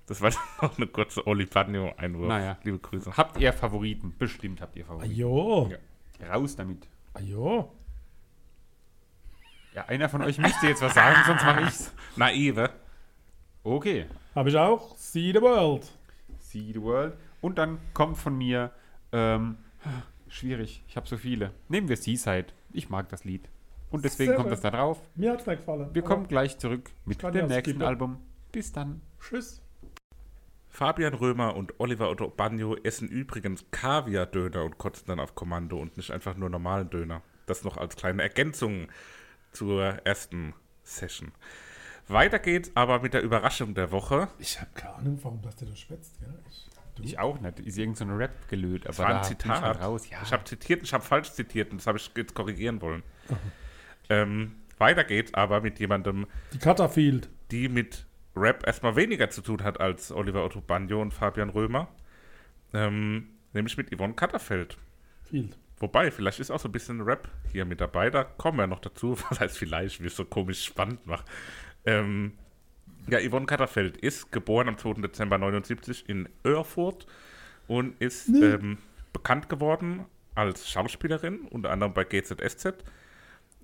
A: Das war noch eine kurze Oli Bagno-Einwurf.
C: Naja.
A: Liebe Grüße.
C: Habt ihr Favoriten? Bestimmt habt ihr
B: Ah,
C: Favoriten.
B: Ajo.
A: Ja.
C: Raus damit.
B: Ah, Ajo.
C: Ja, einer von euch müsste jetzt was sagen, sonst mache ich's.
A: Naive.
C: Okay.
B: Habe ich auch. See the World.
C: See the World. Und dann kommt von mir, ähm, schwierig, ich habe so viele. Nehmen wir Seaside. Ich mag das Lied. Und deswegen
B: Sehr
C: kommt
B: gut.
C: das da drauf.
B: Mir hat es nicht gefallen.
C: Wir
B: Aber
C: kommen gleich zurück mit
B: Kann
C: dem
B: ja
C: nächsten
B: skippen.
C: Album. Bis dann.
B: Tschüss.
A: Fabian Römer und Oliver Otto Bagno essen übrigens Kaviar-Döner und kotzen dann auf Kommando und nicht einfach nur normalen Döner. Das noch als kleine Ergänzung zur ersten Session. Weiter geht's aber mit der Überraschung der Woche.
B: Ich habe keine Ahnung, warum das denn da schwätzt. Gell? Ich, du.
C: Ich auch nicht. Ist irgend so eine Rap gelöt, aber
A: Das war
C: da
A: ein
C: bin ich mal
A: Zitat.
C: raus. Ja.
A: Ich habe zitiert, ich habe falsch zitiert und das habe ich jetzt korrigieren wollen. ähm, weiter geht's aber mit jemandem,
B: Die Cutterfield.
A: die mit Rap erstmal weniger zu tun hat als Oliver Otto Bagno und Fabian Römer. Ähm, nämlich mit Yvonne Katterfeld.
B: Field.
A: Wobei, vielleicht ist auch so ein bisschen Rap hier mit dabei. Da kommen wir noch dazu, was heißt vielleicht, wie es so komisch spannend macht. Ähm, ja, Yvonne Katterfeld ist geboren am 2. Dezember 79 in Erfurt und ist ähm, bekannt geworden als Schauspielerin, unter anderem bei GZSZ.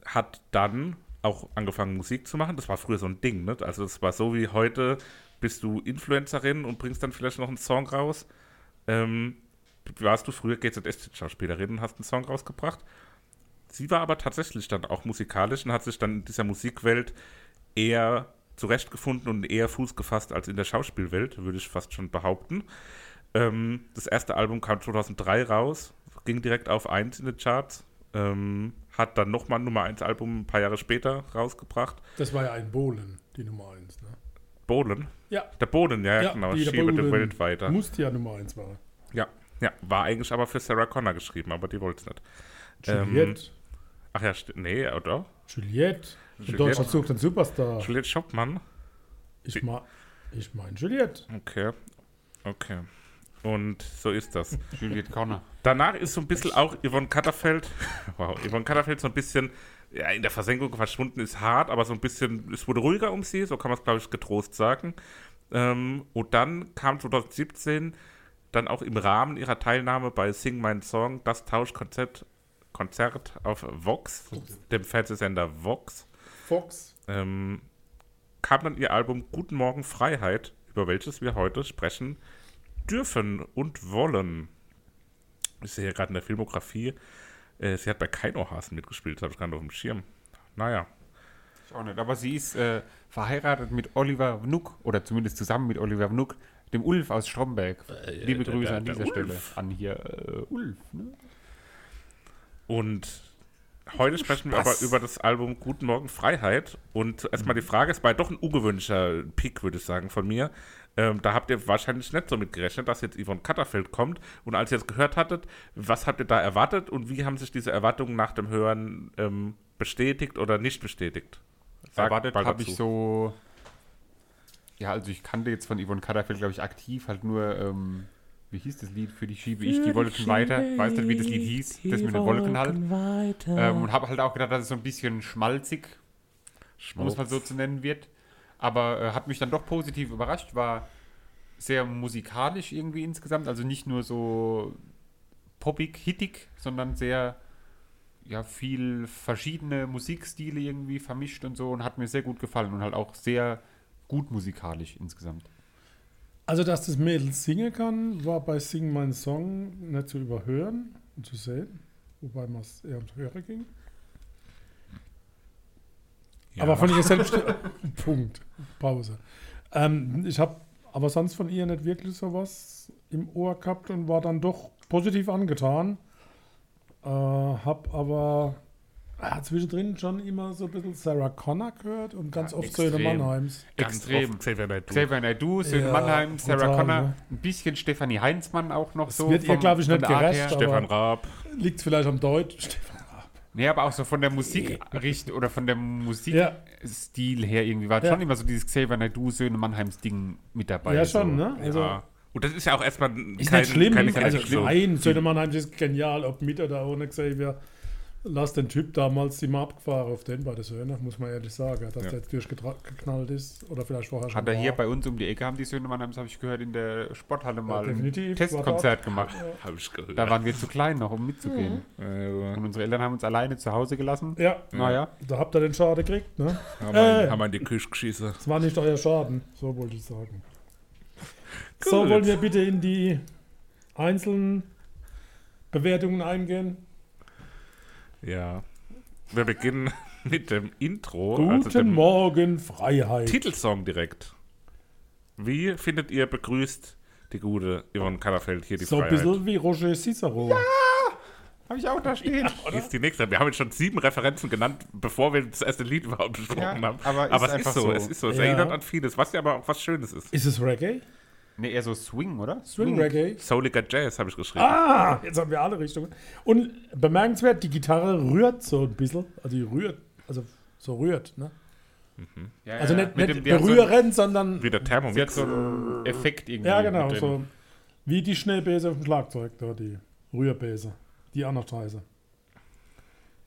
A: Hat dann auch angefangen, Musik zu machen. Das war früher so ein Ding, ne? Also es war so wie heute bist du Influencerin und bringst dann vielleicht noch einen Song raus. Ähm, warst du früher GZS-Schauspielerin und hast einen Song rausgebracht. Sie war aber tatsächlich dann auch musikalisch und hat sich dann in dieser Musikwelt eher zurechtgefunden und eher Fuß gefasst als in der Schauspielwelt, würde ich fast schon behaupten. Ähm, das erste Album kam 2003 raus, ging direkt auf 1 in den Charts, ähm, hat dann nochmal ein Nummer 1 Album ein paar Jahre später rausgebracht.
B: Das war ja ein Bohlen, die Nummer 1. Ne?
A: Bohlen?
B: Ja.
A: Der Bohlen, ja, ja genau.
B: die- der
A: Schiebe
B: Bohlen
A: den Welt weiter.
B: Musste ja Nummer 1 war.
A: Ja, ja, war eigentlich aber für Sarah Connor geschrieben, aber die wollte es nicht. Ähm,
B: Juliette.
A: Ach ja, st- nee, oh oder?
B: Juliette.
A: Juliette.
B: In Deutschland sucht den Superstar.
A: Juliette Schoppmann.
B: Ich, ma ich meine Juliette.
A: Okay. Okay. Und so ist das.
C: Juliette Corner.
A: Danach ist so ein bisschen auch Yvonne Katterfeld, wow, Yvonne Katterfeld so ein bisschen ja, in der Versenkung verschwunden, ist hart, aber so ein bisschen, es wurde ruhiger um sie, so kann man es, glaube ich, getrost sagen. Ähm, und dann kam 2017 dann auch im Rahmen ihrer Teilnahme bei Sing Mein Song das Tauschkonzert Konzert auf Vox, dem Fernsehsender Vox.
B: Fox.
A: ähm, kam dann ihr Album Guten Morgen Freiheit, über welches wir heute sprechen dürfen und wollen. Ich sehe hier gerade in der Filmografie, äh, sie hat bei Keinohasen mitgespielt, das habe ich gerade auf dem Schirm. Naja,
C: Ich auch nicht. Aber sie ist äh, verheiratet mit Oliver Wnuck oder zumindest zusammen mit Oliver Wnuck, dem Ulf aus Stromberg. Liebe
A: Äh, der-
C: Grüße
A: der-
C: an
A: der
C: dieser
A: Ulf.
C: Stelle. An hier äh, Ulf. Ne?
A: und heute sprechen wir aber
C: Spaß.
A: über das Album Guten Morgen Freiheit. Und erstmal die Frage, es war doch ein ungewöhnlicher Pick, würde ich sagen, von mir. Ähm, da habt ihr wahrscheinlich nicht so mit gerechnet, dass jetzt Yvonne Katterfeld kommt. Und als ihr es gehört hattet, was habt ihr da erwartet und wie haben sich diese Erwartungen nach dem Hören ähm, bestätigt oder nicht bestätigt? Sag
C: Erwartet
A: mal
C: habe
A: dazu.
C: ich so. Ja, also ich kannte jetzt von Yvonne Katterfeld, glaube ich, aktiv halt nur. Ähm, wie hieß das Lied? Für die schiebe ich die Wolken weiter. Weißt du, wie das Lied hieß? Das mit den Wolken halt. Ähm, und habe halt auch gedacht, dass es so ein bisschen schmalzig, um es mal so zu nennen wird. Aber äh, hat mich dann doch positiv überrascht, war sehr musikalisch irgendwie insgesamt. Also nicht nur so poppig, hittig, sondern sehr ja, viel verschiedene Musikstile irgendwie vermischt und so und hat mir sehr gut gefallen und halt auch sehr gut musikalisch insgesamt.
B: Also, dass das Mädel singen kann, war bei Sing Mein Song nicht zu überhören und zu sehen. Wobei man es eher ums Hören ging. Aber von ihr selbst. Punkt. Pause. Ähm, ich habe aber sonst von ihr nicht wirklich sowas im Ohr gehabt und war dann doch positiv angetan. Äh, hab aber äh, zwischendrin schon immer so ein bisschen Sarah Connor gehört und ganz
C: Ja,
B: oft Söhne
C: extrem.
B: Mannheims.
A: Ganz
C: Extrem.
A: oft Xavier Naidoo.
C: Xavier Naidoo, Sören
B: Ja,
C: Mannheim, Sarah
B: brutal,
C: Connor,
B: ne?
C: ein bisschen Stefanie Heinzmann auch noch so.
B: wird ihr,
C: vom-
B: glaub ich,
C: von
B: nicht
C: der Art
B: gerecht,
C: her.
B: aber-
A: Stefan Raab.
B: Liegt vielleicht am Deutsch. Stefan Raab.
C: Nee, aber auch so von der Musikricht oder von der Musikstil
B: Ja.
C: her irgendwie war
B: Ja.
C: schon immer so dieses Xavier Naidoo, Söhne Mannheims Ding mit dabei.
B: ja, schon,
C: so.
B: ne? Also,
A: ja. Und das ist ja auch erstmal
B: Ist nicht schlimm.
A: keine
B: also,
A: Selektion.
B: Nein, Söhne Mannheims ist genial, ob mit oder ohne Xavier. Lass den Typ damals immer abgefahren auf den bei der Söhne, muss man ehrlich sagen, dass
A: Ja.
B: der jetzt durchgeknallt ist oder vielleicht vorher schon.
C: Hat er
B: war.
C: hier bei uns um die Ecke, haben die Söhne Mannheims, habe ich gehört, in der Sporthalle mal ein
B: definitiv, war
C: Testkonzert gemacht.
A: Hab ich gehört.
C: Da waren wir zu klein noch, um mitzugehen.
A: Äh,
C: Und unsere Eltern haben uns alleine zu Hause gelassen.
B: Mhm. Ja,
C: Naja,
B: da habt ihr den Schaden gekriegt, ne?
A: haben, wir
B: Äh.
A: in, haben wir in die Küche geschissen.
B: Das war nicht euer Schaden, so wollte ich sagen. So wollen wir bitte in die einzelnen Bewertungen eingehen.
A: Ja. Wir beginnen mit dem Intro, also
B: Guten
A: dem
B: Morgen, Freiheit.
A: Titelsong direkt. Wie findet ihr begrüßt die gute Yvonne Kallerfeld hier die
B: so ein
A: Freiheit?
B: bisschen wie Roger Cicero.
C: habe ich auch da stehen.
A: Hier ist die nächste. Wir haben jetzt schon sieben Referenzen genannt, bevor wir das erste Lied überhaupt besprochen
C: Ja,
A: haben.
C: aber ist
A: es ist
C: einfach
A: so,
C: so.
A: es ist so. Es
B: Ja.
A: erinnert an vieles, was ja aber auch was Schönes ist.
B: Ist es Reggae?
C: Ne, eher so Swing, oder?
B: Swing Reggae?
A: Souliger Jazz habe ich geschrieben.
B: Ah, jetzt haben wir alle Richtungen. Und bemerkenswert, die Gitarre rührt so ein bisschen. Also die rührt, also so rührt, ne?
C: Ja, ja,
B: Also
C: ja.
B: nicht,
C: Mit
B: nicht
C: dem- die hat so einen-
B: berühren, sondern
A: Wie der
C: Sie hat
A: Thermomix.
C: so einen Effekt irgendwie.
B: Ja, genau,
C: mit drin.
B: so wie die Schnellbäse auf dem Schlagzeug, da die Rührbäse, die Anachteise.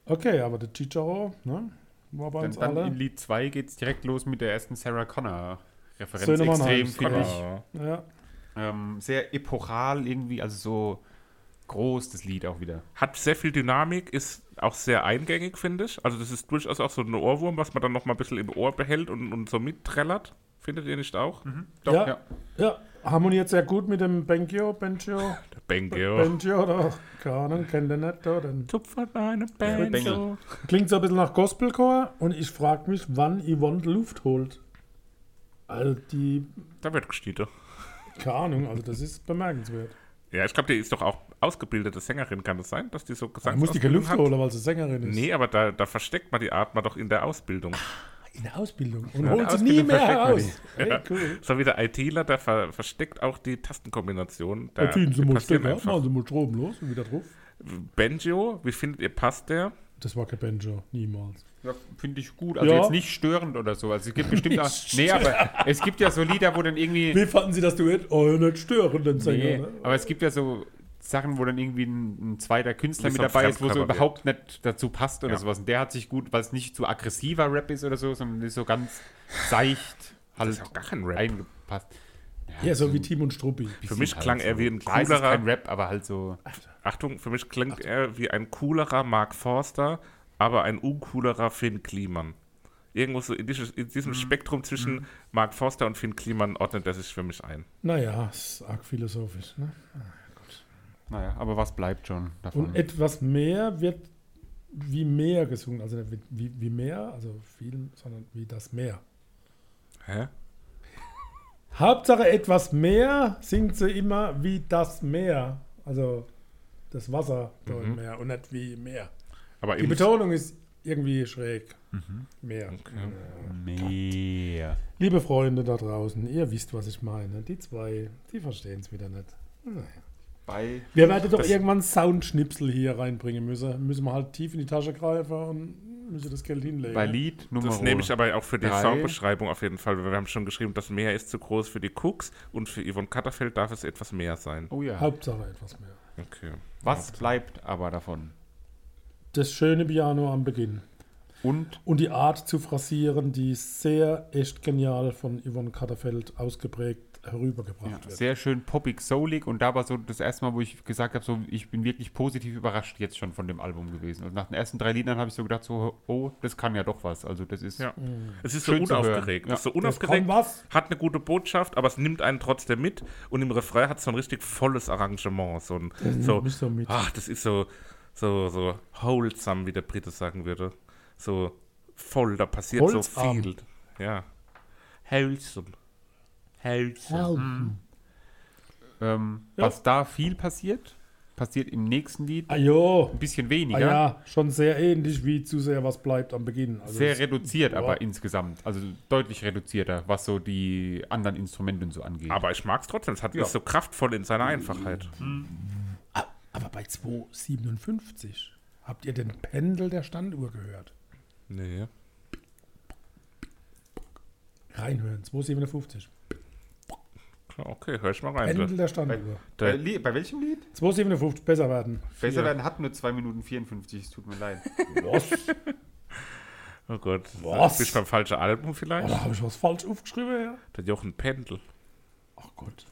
B: Okay, aber der Chicharo, ne, war bei
C: Dann,
B: uns
C: dann in
B: alle.
C: Lied 2 geht es direkt los mit der ersten Sarah Connor-Referenz.
B: Söhne
C: Extrem,
B: Mannheims,
C: finde
B: genau.
C: ich.
A: Ja.
B: Ja,
C: Ähm, sehr epochal irgendwie, also so groß, das Lied auch wieder.
A: Hat sehr viel Dynamik, ist auch sehr eingängig, finde ich. Also das ist durchaus auch so ein Ohrwurm, was man dann noch mal ein bisschen im Ohr behält und, und so mitträllert. Findet ihr nicht auch?
B: Doch, ja,
C: ja.
B: ja. harmoniert sehr gut mit dem Benjo, Benjo,
A: Der Bengio.
B: Benjo, oder? Keine Ahnung, kennt ihr nicht, oder?
A: Tupf an meinem
C: Bengel.
A: Benjo.
B: Klingt so ein bisschen nach Gospelchor und ich frage mich, wann Yvonne Luft holt. Also die,
A: Da wird gestiegen.
B: keine Ahnung, also das ist bemerkenswert.
A: Ja, ich glaube, die ist doch auch ausgebildete Sängerin. Kann das sein, dass die so
B: Da
A: gesagt
B: muss die keine Luft holen, weil sie Sängerin ist.
A: Nee, aber da, da versteckt man die Atma doch in der Ausbildung.
B: In der Ausbildung. Und
A: der
B: holt sie nie
C: Ausbildung
B: mehr heraus.
C: versteckt
B: Hey, cool.
A: So wie der ITler, der ver versteckt auch die Tastenkombinationen. Da
B: Da ziehen sie
A: die
B: mal
A: passieren
B: Stecker,
A: einfach.
B: machen sie mal Strom los und wieder drauf.
A: Benjo, wie findet ihr, passt der?
B: Das war kein Banjo, niemals.
C: Ja, Finde ich gut. Also
B: Ja.
C: jetzt nicht störend oder so. Also es gibt bestimmt auch,
B: Nicht
C: Nee, aber es gibt ja so Lieder, wo dann irgendwie.
B: Wie fanden Sie das Duett? Oh, nicht stören, den Sänger.
C: Nee,
B: Ne?
C: aber es gibt ja so Sachen, wo dann irgendwie ein, ein zweiter Künstler
A: Wie
C: mit
A: so ein
C: dabei ist, wo so
A: Fremdkörper
C: überhaupt nicht dazu passt oder
A: Ja.
C: sowas. Und der hat sich gut, weil es nicht zu aggressiver Rap ist oder so, sondern ist so ganz seicht halt
A: ist auch gar kein Rap.
C: eingepasst.
B: Ja, so wie Tim und Struppi.
A: Für mich klang er wie ein
C: Klar, es halt, also ist
A: coolerer-
C: kein Rap, aber halt so.
A: Achtung, für mich klingt er wie ein coolerer Mark Forster, aber ein uncoolerer Finn Kliman. Irgendwo so in, dieses, in
C: Mhm.
A: diesem Spektrum zwischen Mark Forster und Finn Kliman ordnet er sich für mich ein.
B: Naja, ist arg philosophisch. Ne?
C: Naja, aber was bleibt schon davon?
B: Und etwas mehr wird wie mehr gesungen. Also nicht wie, wie mehr, also viel, sondern wie das Meer.
A: Hä?
B: Hauptsache etwas mehr singt sie immer wie das Meer. Also das Wasser dort im Meer und nicht wie mehr.
A: Aber Mhm.
B: Die
A: eben Mhm.
B: Betonung ist irgendwie schräg. Mehr.
C: Mehr.
B: Liebe Freunde da draußen, ihr wisst, was ich meine. Die zwei, die verstehen es wieder nicht.
C: Bei
B: Wir werden doch
A: Das-
B: irgendwann Soundschnipsel hier reinbringen müssen. Müssen wir halt tief in die Tasche greifen und müssen das Geld hinlegen.
C: Bei Lied Nummer.
A: das nehme ich aber auch für die
C: drei.
A: Songbeschreibung auf jeden Fall. weil Wir haben schon geschrieben, das Meer ist zu groß für die Cooks und für Yvonne Katterfeld darf es etwas mehr sein.
C: Oh ja.
B: Hauptsache etwas mehr.
A: Okay.
C: Was bleibt aber davon?
B: Das schöne Piano am Beginn.
C: Und
B: Und die Art zu frasieren, die sehr echt genial von Yvonne Katterfeld ausgeprägt herübergebracht wird.
C: sehr schön poppig, soulig. Und da war so das erste Mal, wo ich gesagt habe, so, ich bin wirklich positiv überrascht jetzt schon von dem Album gewesen. Und nach den ersten drei Liedern habe ich so gedacht, so, oh, das kann ja doch was. Also das ist.
A: Ja. Es ist so
C: Schön zu hören.
A: unaufgeregt.
C: Ja.
A: Es ist so
B: Das
A: unaufgeregt.
B: kann was.
A: hat eine gute Botschaft, aber es nimmt einen trotzdem mit und im Refrain hat es so ein richtig volles Arrangement. So ein, so,
B: mich so mit.
A: Ach, das ist so, so, so wholesome, wie der Brite sagen würde. So voll, da passiert so
B: Holzarm.
A: viel. Ja. Wholesome. Wholesome.
B: Helfen.
C: Ähm,
B: Ja.
C: Was da viel passiert, passiert im nächsten Lied
B: Ah
C: ein
B: jo.
C: bisschen
B: Ah
C: weniger.
B: ja, schon sehr ähnlich wie zu sehr was bleibt am Beginn. Also
C: Sehr
B: es-
C: reduziert,
B: ja.
C: aber insgesamt. Also deutlich reduzierter, was so die anderen Instrumente und so angeht.
A: Aber ich mag es trotzdem. Es hat
C: Ja.
A: ist so kraftvoll in seiner Einfachheit.
B: Ah, Aber bei 2,57 habt ihr den Pendel der Standuhr gehört?
A: Nee.
B: Reinhören, 2,57.
A: Okay, hör ich mal rein.
B: Pendel
A: du.
B: der
C: bei,
B: Standuhr.
C: bei, Li- bei welchem Lied?
B: 2,57, besser werden.
C: Besser werden hat nur 2 Minuten 54, es tut mir leid.
B: Was?
A: Oh Gott.
B: Was?
A: Bist du beim falschen Album vielleicht?
B: da habe ich was falsch aufgeschrieben, ja?
A: Der Jochen Pendel.
B: Ach Gott.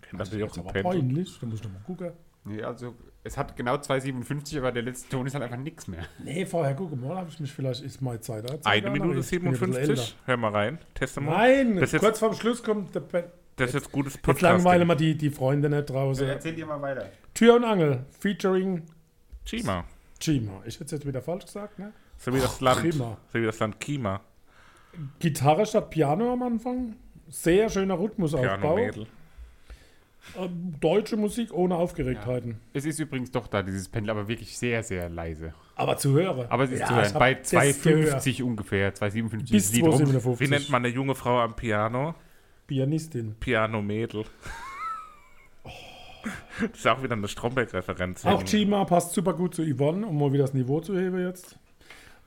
A: Kennt ihr den
B: Das ist
A: Jochen
B: aber
A: Pendel?
B: peinlich, da muss ich nochmal gucken.
C: Nee, also es hat genau 2,57, aber der letzte Ton ist halt einfach nichts mehr.
B: Nee, vorher gucken, mal habe ich mich vielleicht, ist meine Zeit. da.
A: Eine Minute
B: Ich bin ein bisschen
A: 57. Hör mal rein. Teste
B: älter.
A: mal.
B: Nein,
A: Das ist jetzt-
B: kurz vorm Schluss kommt der Pe
A: Das ist jetzt gutes
B: Jetzt
A: Podcast.
B: langweilen wir die, die Freunde nicht draußen.
C: Erzähl dir mal weiter.
B: Tür und Angel, featuring
A: Chima.
B: Chima. Ich hätte es jetzt wieder falsch gesagt, ne?
A: So wie das Land.
B: Chima.
A: So wie das Land Chima.
B: Gitarre statt Piano am Anfang. Sehr schöner Rhythmusaufbau.
A: Piano-Mädel.
B: Ähm, deutsche Musik ohne Aufgeregtheiten.
C: Es ist übrigens doch da, dieses Pendel, aber wirklich sehr, sehr leise.
B: Aber zu hören.
C: Aber es ist
B: Ja,
C: zu
B: ich
C: hören.
B: hab
C: Bei
B: das gehört.
C: 2,50 ungefähr, 2,57
B: Bis
C: ist das Lied rum.
B: 257.
A: Wie nennt man eine junge Frau am Piano?
B: Pianistin.
A: Piano-Mädel.
C: Oh.
A: Das ist auch wieder eine Stromberg-Referenz.
B: Auch Chima passt super gut zu Yvonne, um mal wieder das Niveau zu heben jetzt.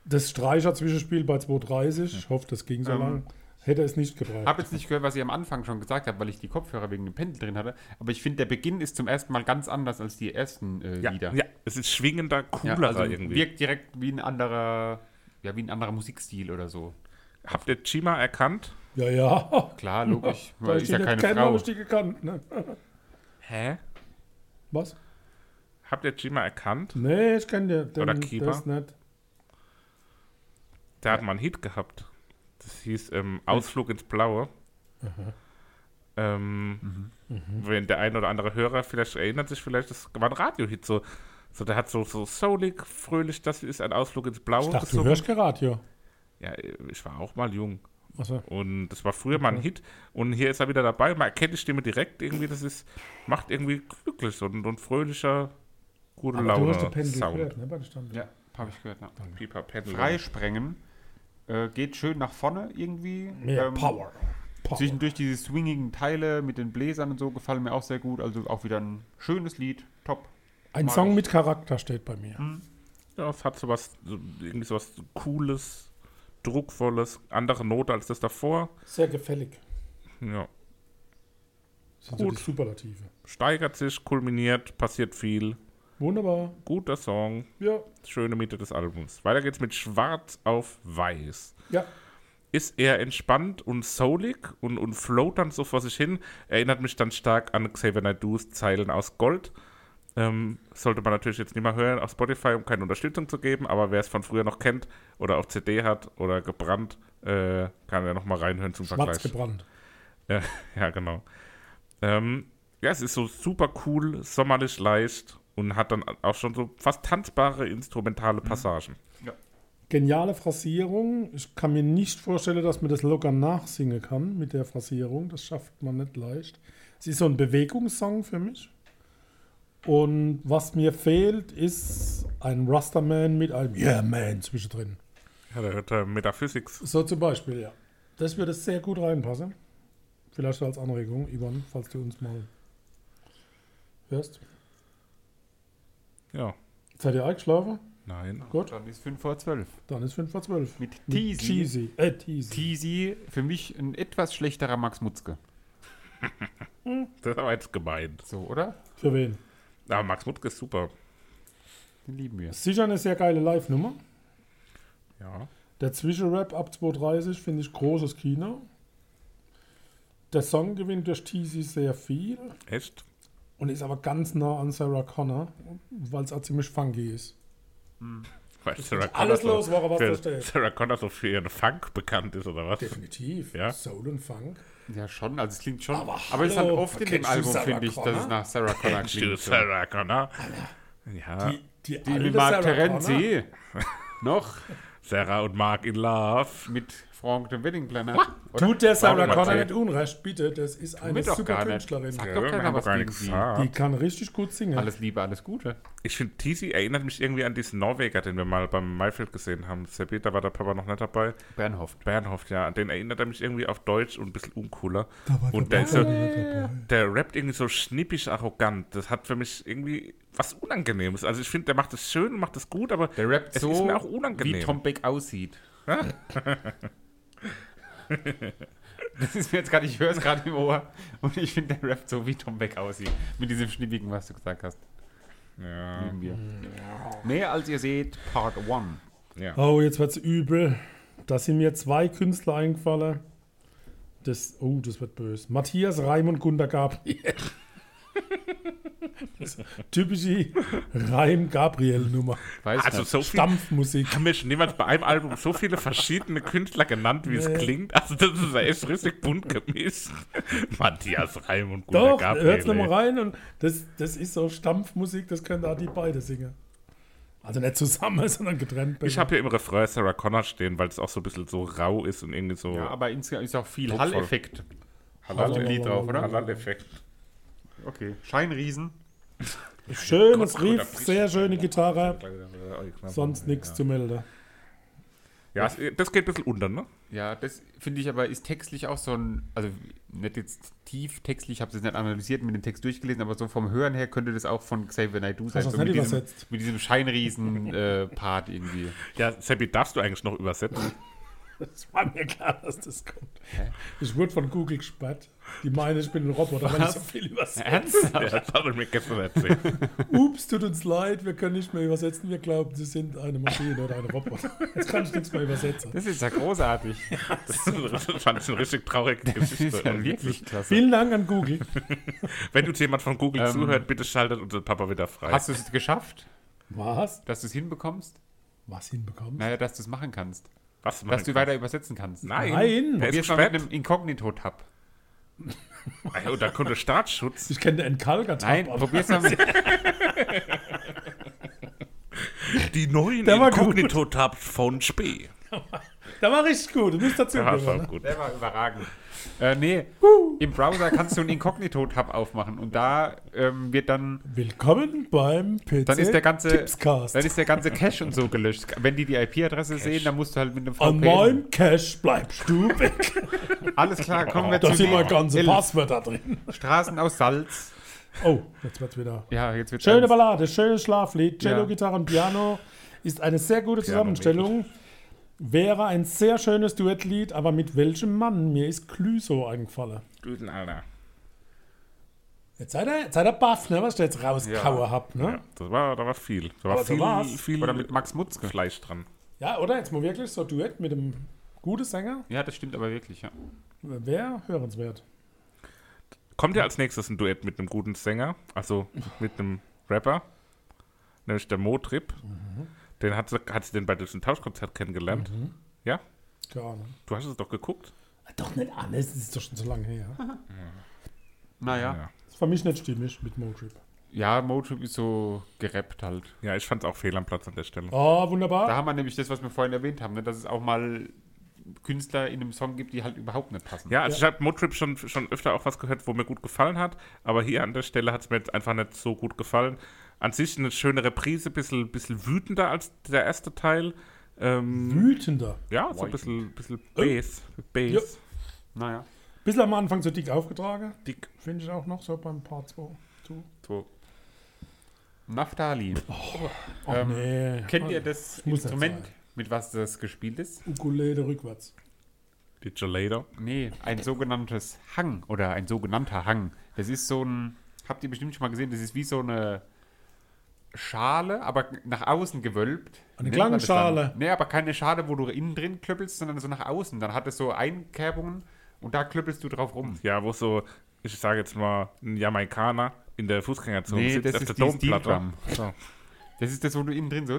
B: Das Streicher-Zwischenspiel bei 230. Ich hoffe, das ging so
C: Ähm,
B: lang. Hätte es nicht gebraucht.
C: Hab jetzt nicht gehört, was ihr am Anfang schon gesagt habt, weil ich die Kopfhörer wegen dem Pendel drin hatte. Aber ich finde, der Beginn ist zum ersten Mal ganz anders als die ersten äh,
A: ja,
C: Lieder.
A: ja, es ist schwingender,
C: Ja,
A: cooler
C: also
A: irgendwie.
C: wirkt direkt wie ein anderer, ja, wie ein anderer Musikstil oder so.
A: Habt ihr Chima erkannt?
B: ja, ja.
C: Klar, logisch,
B: Da
C: weil ist
B: die
C: ja
B: nicht
C: keine
B: kennen,
C: Frau.
B: hab ich die gekannt. Ne?
A: Hä?
B: Was?
A: Habt ihr Jima erkannt?
B: Nee, ich kenne den,
A: Oder
B: den
A: Keeper.
B: das nicht.
A: Der hat mal einen Hit gehabt. Das hieß
B: Hm.
A: ähm, Ausflug ins Blaue.
B: Mhm.
A: Ähm, Wenn der ein oder andere Hörer vielleicht erinnert sich, vielleicht, das war ein Radiohit. So, so, der hat so, so soulig, fröhlich, das ist ein Ausflug ins Blaue.
B: Ich dachte, du
A: gesungen.
B: hörst kein Radio.
A: ja, ich war auch mal jung.
B: Also,
A: Und das war früher
B: Mhm.
A: mal ein Hit. Und hier ist er wieder dabei. Man erkennt die Stimme direkt irgendwie. Das ist, macht irgendwie glücklich und, und fröhlicher, gute
B: aber du
A: Laune.
B: hast den Pendel gehört,
A: Sound.
B: ne? Bei den Stammtisch.
C: Ja, habe ich gehört. Ja.
A: Pieper Pendel.
C: Freisprengen äh, geht schön nach vorne irgendwie.
B: Mehr
C: Ähm,
B: Power. Power.
C: Zwischendurch diese swingigen Teile mit den Bläsern und so gefallen mir auch sehr gut. Also auch wieder ein schönes Lied. Top.
B: Ein
C: Mag
B: Song
C: ich.
B: mit Charakter steht bei mir.
C: Hm.
A: Ja, es hat sowas, so, irgendwie sowas Cooles, Druckvolles, andere Note als das davor.
B: Sehr gefällig.
A: Ja.
B: Das sind so
A: Gut.
B: die Superlative.
A: Steigert sich, kulminiert, passiert viel.
B: Wunderbar.
A: Guter Song,
B: Ja.
A: schöne Miete des Albums. Weiter geht's mit Schwarz auf Weiß.
B: Ja.
A: ist eher entspannt und soulig und, und float dann so vor sich hin. Erinnert mich dann stark an Xavier Naidoo's Zeilen aus Gold. Ähm, sollte man natürlich jetzt nicht mehr hören auf Spotify, um keine Unterstützung zu geben, aber wer es von früher noch kennt oder auf CD hat oder gebrannt, äh, kann ja nochmal reinhören zum
B: Schwarz
A: Vergleich.
B: gebrannt.
A: Ja, ja genau. Ähm, ja, es ist so super cool, sommerlich leicht und hat dann auch schon so fast tanzbare instrumentale Passagen.
B: Geniale Phrasierung. Ich kann mir nicht vorstellen, dass man das locker nachsingen kann mit der Phrasierung. Das schafft man nicht leicht. Es ist so ein Bewegungssong für mich. Und was mir fehlt, ist ein Rastaman mit einem Yeah Man zwischendrin.
A: Ja, da hört er Metaphysics.
B: So zum Beispiel, ja. Das würde sehr gut reinpassen. Vielleicht als Anregung, Ivan, falls du uns mal hörst.
A: Ja,
B: Seid ihr eingeschlafen?
A: nein.
B: Gut,
C: Dann ist 5 vor 12.
B: dann ist 5 vor 12.
C: Mit
B: Mit
C: Teasy.
B: Cheesy. Äh, Teasy.
C: Teasy, für mich ein etwas schlechterer Max Mutzke.
A: Das war jetzt gemeint.
C: So, oder?
B: Für wen?
A: Aber Max Mutzke ist super.
C: Den lieben wir.
B: Sicher eine sehr geile Live-Nummer.
A: Ja.
B: Der Zwischenrap ab 2.30 finde ich großes Kino. Der Song gewinnt durch Teasy sehr viel
A: Echt?
B: und ist aber ganz nah an Sarah Connor, weil es auch ziemlich funky ist.
A: Weil Sarah
B: alles
A: Connor
B: los, worauf was da
A: für,
B: steht.
A: Sarah Connor so für ihren Funk bekannt ist, oder was?
B: Definitiv.
A: Ja.
B: Soul und Funk.
C: Ja, schon. Also es klingt schon.
B: Aber
C: Aber, es hat
B: hallo,
C: oft in dem
B: kennst du
C: Album,
B: Sarah
C: finde ich, dass
B: Connor?
C: es nach Sarah Connor
A: Kennst du
C: klingt. so.
A: Sarah Connor? Ja.
B: Die, die,
C: Die
B: alte
C: mit Mark
B: Sarah Connor.
C: Terenzi. Noch
A: Sarah und Mark in Love.
C: mit Frank dem Wedding Planner. Oder?
B: Tut der Sarah
A: Warte mal,
B: Connor
A: die-
B: nicht unrecht, bitte. Das ist eine
C: mir doch
B: super
C: gar nicht.
B: Künstlerin.
C: Sag- Ich glaub, keiner
A: wir haben
C: was
A: gar
C: gegen
A: nichts
C: sie.
A: gesagt.
B: Die kann richtig gut singen.
C: Alles Liebe, alles Gute.
A: Ich finde, Tizi erinnert mich irgendwie an diesen Norweger, den wir mal beim Maifeld gesehen haben. Sebi, da war der Papa noch nicht dabei.
C: Bernhoft.
A: Bernhoff, ja. An den erinnert er mich irgendwie auf Deutsch und ein bisschen uncooler.
B: Da war
A: Und
B: der
A: der, ist so,
B: Papa nicht dabei.
A: der rappt irgendwie so schnippisch arrogant. Das hat für mich irgendwie was Unangenehmes. Also ich finde, der macht es schön und macht es gut, aber
C: Der rappt
A: es
C: so,
A: ist mir auch unangenehm.
C: wie Tom Beck aussieht. das ist mir jetzt gerade, ich höre es gerade im Ohr und ich finde, der rappt so, wie Tom Beck aussieht. Mit diesem Schnippigen, was du gesagt hast.
A: ja,
C: Lieben wir. Mehr als ihr seht, Part 1.
A: ja.
B: Oh, jetzt wird's übel. Da sind mir zwei Künstler eingefallen. Das, oh, das wird böse. Matthias Reim und Gunter Gabriel. Das typische Reim-Gabriel-Nummer.
C: Weiß
A: Also
C: nicht.
A: so viel
B: Stampfmusik.
A: haben mir schon niemand bei einem Album so viele verschiedene Künstler genannt, wie
B: Nee.
A: es klingt. Also das ist ja echt richtig bunt gemischt. Matthias Reim und Gunter
B: Doch,
A: Gabriel.
B: hört's
A: ey.
B: nochmal rein. Und das, das ist so Stampfmusik, das können da die beide singen. Also nicht zusammen, sondern getrennt.
A: Ich habe hier im Refrain Sarah Connor stehen, weil es auch so ein bisschen so rau ist und irgendwie so
C: Ja, aber insgesamt ist auch viel
A: Druckvoll.
C: Hall-Effekt.
B: Halal-
C: auf dem Lied drauf, oder?
A: Halal-Effekt.
C: Okay. Scheinriesen.
B: Schönes
A: Gott, oh,
B: Riff,
A: unterbrich
B: sehr schöne Gitarre.
A: äh, oh,
B: Sonst
A: Sonst
B: nichts zu melden.
A: Ja, es- das geht ein bisschen unter, ne?
C: Ja, das finde ich aber ist textlich auch so ein, also nicht jetzt tief textlich, ich habe es jetzt nicht analysiert, mit dem Text durchgelesen, aber so vom Hören her könnte das auch von Xavier Naidoo sein.
B: Hast du das
C: so
B: nicht
C: mit, diesem,
B: übersetzt?
C: mit diesem Scheinriesen-Part irgendwie.
A: Ja, Seppi, darfst du eigentlich noch übersetzen?
B: Das war mir klar, dass das kommt. Ich wurde von Google gesperrt. Die meinen, ich bin ein Roboter, weil ich so viel übersetze.
A: Das hat er mir gestern erzählt.
B: Ups, tut uns leid, wir können nicht mehr übersetzen. Wir glauben, sie sind eine Maschine oder ein Roboter. Jetzt kann ich nichts mehr übersetzen.
C: Das ist ja großartig.
A: Das fand ich eine richtig traurige
C: Das ist ja
A: Geschichte.
C: wirklich klasse.
B: Vielen Dank an Google.
A: Wenn uns jemand von Google zuhört, bitte schaltet unseren Papa wieder frei.
C: Ähm, Hast du es geschafft,
B: Was?
C: dass du es hinbekommst?
B: Was hinbekommen?
C: Naja, dass du es machen kannst.
A: Was
C: Dass du
A: Mann?
C: weiter übersetzen kannst.
A: Nein.
B: Nein.
A: Der
C: Wir
A: ist
C: sind mit
A: spät.
C: einem Inkognito-Tab.
A: Ah, Und da kommt der Staatsschutz.
B: Ich kenne den Entkalker.
C: Nein, probier's mal mit.
A: Die neuen
B: Der war gut.
A: Inkognito-Tabs von Spee.
B: Da war richtig gut. Du musst dazu
A: Ja, ist
B: gehören.
A: auch
B: Ne?
A: gut.
C: Der war überragend. Äh, nee, im Browser kannst du einen Inkognito-Tab aufmachen und da ähm, wird dann
B: ne? Willkommen beim PC
C: dann ist der ganze
B: Tipscast.
C: dann ist der ganze Cache und so gelöscht. Wenn die die IP-Adresse sehen, dann musst du halt mit einem
B: An
C: VPN.
B: meinem Cache bleibst du weg.
C: Alles klar, kommen wir
B: Da
C: zu
B: sind meine ganze
C: Elf
B: Passwörter drin.
C: Straßen aus Salz.
B: Oh, jetzt wird's wieder.
C: Ja, jetzt wird
B: Schöne Ballade, schönes Schlaflied, Cello,
C: Ja.
B: Gitarre und Piano ist eine sehr gute Zusammenstellung. Wäre ein sehr schönes Duettlied, aber mit welchem Mann? Mir ist Clüso eingefallen.
A: Düsen, Alter.
B: Jetzt seid ihr, jetzt seid ihr baff, ne, was ich da jetzt rausgehauen habt, ne?
A: Ja, das war, da war viel. Da war
B: Aber da
A: viel,
B: war's.
A: viel
C: Oder mit Max Mutzke.
A: Fleisch dran.
B: Ja. oder? Jetzt mal wirklich so ein Duett mit einem guten Sänger.
C: Ja, das stimmt aber wirklich, ja.
B: Wäre hörenswert.
A: Kommt ja als nächstes ein Duett mit einem guten Sänger, also mit einem Rapper, nämlich der Motrip. Den hat sie, hat sie den bei diesem Tauschkonzert kennengelernt.
B: Mhm.
A: Ja,
B: Keine Ahnung.
A: du hast es doch geguckt.
B: Ah, Doch nicht alles, das ist doch schon so lange her.
C: Naja.
B: Das ist für mich nicht stimmig mit Motrip.
C: Ja, Motrip ist so gerappt halt.
A: Ja, ich fand es auch fehl am Platz an der Stelle.
B: Oh,
C: Da
B: wunderbar.
C: haben wir nämlich das, was wir vorhin erwähnt haben, ne? dass es auch mal Künstler in einem Song gibt, die halt überhaupt nicht passen.
A: Ja, also ich habe Motrip schon, schon öfter auch was gehört, wo mir gut gefallen hat, aber hier an der Stelle hat es mir jetzt einfach nicht so gut gefallen. An sich eine schöne Reprise, bisschen, bisschen wütender als der erste Teil. Ähm,
B: Wütender.
A: ja, so ein bisschen, bisschen Bass. Bass.
B: Äh. Ja.
C: Naja.
B: Bisschen am Anfang so dick aufgetragen.
A: Dick.
B: Finde ich auch noch so beim Part 2.
C: So. Naftali.
B: Oh,
C: Ähm,
B: nee.
C: Kennt ihr das
B: muss nicht
C: Instrument,
B: sein.
C: mit was das gespielt ist?
B: Ukulele rückwärts.
A: Digelator.
C: Nee, ein sogenanntes Hang oder ein sogenannter Hang. Das ist so ein, habt ihr bestimmt schon mal gesehen, das ist wie so eine Schale, aber nach außen gewölbt.
B: Eine
C: Nennt man das dann?
B: Klangschale.
C: Nee, aber keine Schale, wo du innen drin klöppelst, sondern so nach außen. Dann hat es so Einkerbungen und da klöppelst du drauf rum.
A: Ja, wo so, ich sage jetzt mal, ein Jamaikaner in der Fußgängerzone
C: Nee,
A: sitzt
C: das
A: auf
C: ist
A: der
C: die Steel
A: Domplatte. So.
C: Das ist das, wo du innen drin so.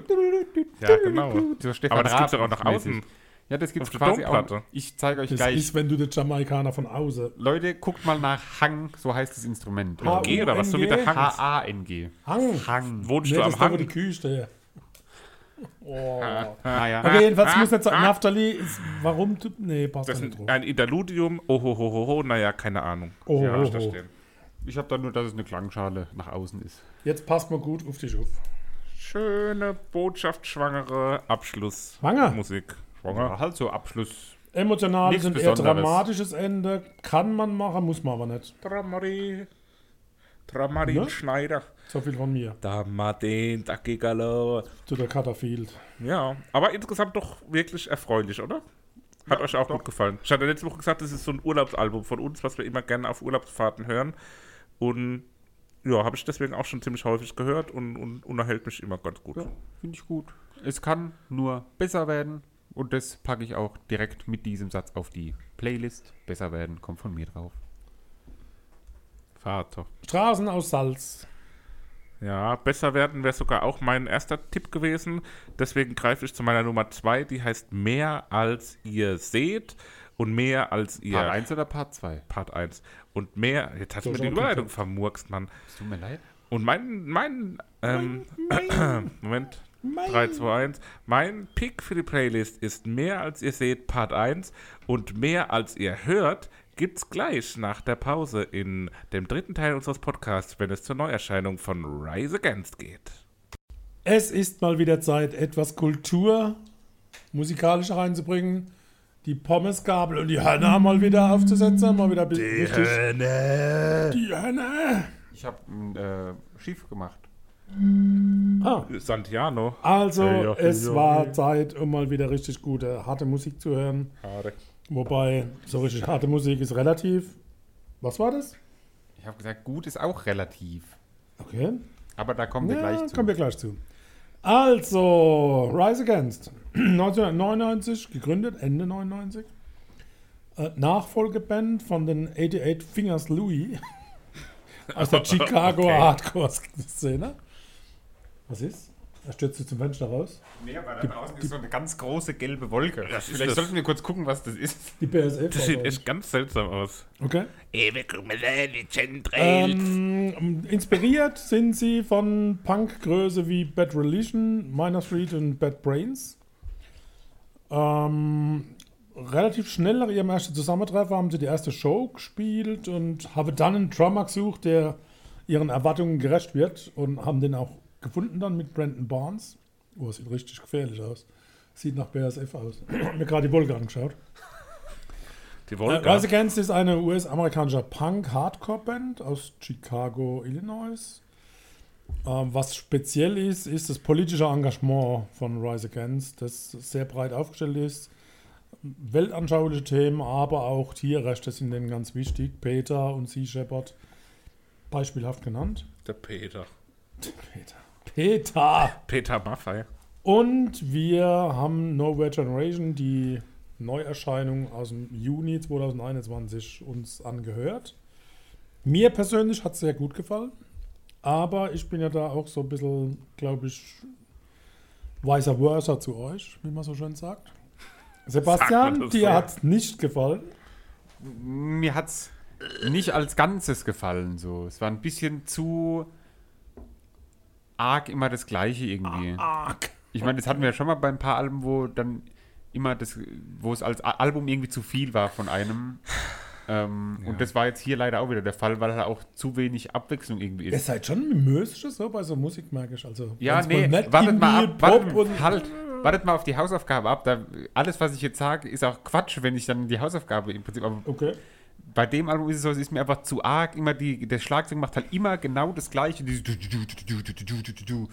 A: Ja, genau.
C: so Stefan
A: Aber das gibt's doch auch nach
C: Raab-mäßig.
A: außen.
C: Ja, das gibt's
A: Auf der
C: quasi auch.
A: Domplatte.
C: Ich zeige euch
B: Das
C: gleich.
B: ist, wenn du den Jamaikaner von außen.
C: Leute, guckt mal nach Hang, so heißt das Instrument.
B: H-
A: Geh oder was? So wie der Hang.
C: H-A-N-G.
B: Hang.
C: Hang.
A: Wohnst
B: Nee,
A: du
B: das
A: am
B: ist da, wo die
A: Hang?
B: Kühe steht. Oh.
C: Naja.
B: Okay, jedenfalls
A: ah,
B: muss jetzt sagen,
A: ah.
B: Naftali ist, warum, du- nee, passt
A: Das
B: da
A: ist
B: nicht drauf.
A: ein, ein Interludium. Ohohoho, naja, keine Ahnung.
B: Oh,
A: ja,
B: oh,
A: ich da
B: oh.
A: stehen.
C: Ich habe da nur, dass es eine Klangschale nach außen ist.
B: Jetzt passt man gut auf dich auf.
A: Schöne Botschaft, schwangere Abschluss.
B: Schwanger?
A: Musik.
C: Ja,
A: Schwanger.
C: halt so Abschluss.
B: Emotionales
C: Nichts
B: und eher
C: Besonderes.
B: dramatisches Ende. Kann man machen, muss man aber nicht.
A: Tramari. Tramari
B: Ne?
A: Schneider.
B: So viel von mir.
A: Da Martin, da Gigalo.
B: Zu der Cutterfield.
A: Ja, aber insgesamt doch wirklich erfreulich, oder? Hat euch auch gut gefallen. Ich hatte letzte Woche gesagt, das ist so ein Urlaubsalbum von uns, was wir immer gerne auf Urlaubsfahrten hören. Und ja, habe ich deswegen auch schon ziemlich häufig gehört und, und unterhält mich immer ganz gut.
C: Finde ich gut. Es kann nur besser werden. Und das packe ich auch direkt mit diesem Satz auf die Playlist. Besser werden kommt von mir drauf.
A: Vater.
B: Straßen aus Salz.
A: Ja, besser werden wäre sogar auch mein erster Tipp gewesen. Deswegen greife ich zu meiner Nummer 2, die heißt Mehr als ihr seht und mehr als ihr.
C: Part 1 oder Part 2?
A: Part 1. Und mehr. Jetzt hast du
B: So,
A: mir
B: so
A: die
B: ein
A: Überleitung vermurkst, Mann.
C: Es tut mir leid.
A: Und mein, mein, ähm, Moment, 3, 2, 1. Mein Pick für die Playlist ist mehr als ihr seht, Part 1. Und mehr als ihr hört, gibt's gleich nach der Pause in dem dritten Teil unseres Podcasts, wenn es zur Neuerscheinung von Rise Against geht.
B: Es ist mal wieder Zeit, etwas Kultur musikalisch reinzubringen. Die Pommesgabel und die Hanna mal wieder aufzusetzen. Mal wieder ein bisschen die richtig. Die Hanna.
C: Ich habe äh, schief gemacht.
B: Ah.
A: Santiano.
B: Also,
A: Ja, ja,
B: es
A: ja.
B: war Zeit, um mal wieder richtig gute, harte Musik zu hören. Wobei, so richtig harte Musik ist relativ. Was war das?
C: Ich habe gesagt, gut ist auch relativ.
B: Okay.
C: Aber da kommen wir
B: Ja,
C: gleich zu.
B: kommen wir gleich zu. Also, Rise Against. 1999 gegründet, Ende 99. Äh, Nachfolgeband von den 88 Fingers Louis aus der Chicago
A: Okay.
B: Hardcore-Szene. Was ist? Er stürzt sich zum Fenster raus.
C: Nee, aber da draußen ist so eine ganz große gelbe Wolke.
A: Das ist
C: Vielleicht
A: das.
C: sollten wir kurz gucken, was das ist.
B: Die BSF.
A: Das sieht echt ganz seltsam aus.
B: Okay.
A: Ewig rummeln, die Chemtrails.
B: Ähm, inspiriert sind sie von Punkgröße wie Bad Religion, Minor Street und Bad Brains. Ähm, relativ schnell nach ihrem ersten Zusammentreffen haben sie die erste Show gespielt und haben dann einen Drummer gesucht, der ihren Erwartungen gerecht wird und haben den auch gefunden dann mit Brandon Barnes. Oh, sieht richtig gefährlich aus. Sieht nach BSF aus. Ich habe mir gerade die Wolke angeschaut.
A: die
B: Äh,
A: Wolke.
B: Rise Against ist eine US-amerikanische Punk-Hardcore-Band aus Chicago, Illinois. Ähm, was speziell ist, ist das politische Engagement von Rise Against, das sehr breit aufgestellt ist. Weltanschauliche Themen, aber auch Tierrechte sind denen ganz wichtig. Peter und Sea Shepherd beispielhaft genannt.
A: der Peter.
B: Peter. Peter!
A: Peter Maffei.
B: Und wir haben Nowhere Generation, die Neuerscheinung aus dem Juni 2021, uns angehört. Mir persönlich hat es sehr gut gefallen, aber ich bin ja da auch so ein bisschen, glaube ich, vice versa zu euch, wie man so schön sagt.
A: Sagt man
B: Sebastian,
A: das
B: dir
A: so?
B: hat es nicht gefallen.
C: Mir hat es nicht als Ganzes gefallen. So. Es war ein bisschen zu arg immer das Gleiche irgendwie.
B: Arg.
C: Ich meine, das hatten wir ja schon mal bei ein paar Alben, wo dann immer das, wo es als A- Album irgendwie zu viel war von einem. Ähm,
A: Ja.
C: Und das war jetzt hier leider auch wieder der Fall, weil da auch zu wenig Abwechslung irgendwie
B: Ihr
C: ist.
B: seid schon müßig so bei so Musik, merke ich. Also,
C: Ja,
B: wenn's
C: nee,
B: wohl nicht
C: wartet mal
B: Indie,
C: ab, wartet,
B: Pop und-
C: halt, wartet mal auf die Hausaufgabe ab. Da, alles, was ich jetzt sage, ist auch Quatsch, wenn ich dann die Hausaufgabe im Prinzip. Aber
B: Okay.
C: bei dem Album ist es so, es ist mir einfach zu arg. Immer die, der Schlagzeug macht halt immer genau das Gleiche. dieses du- du- du- du- du- du- du- du- du- du.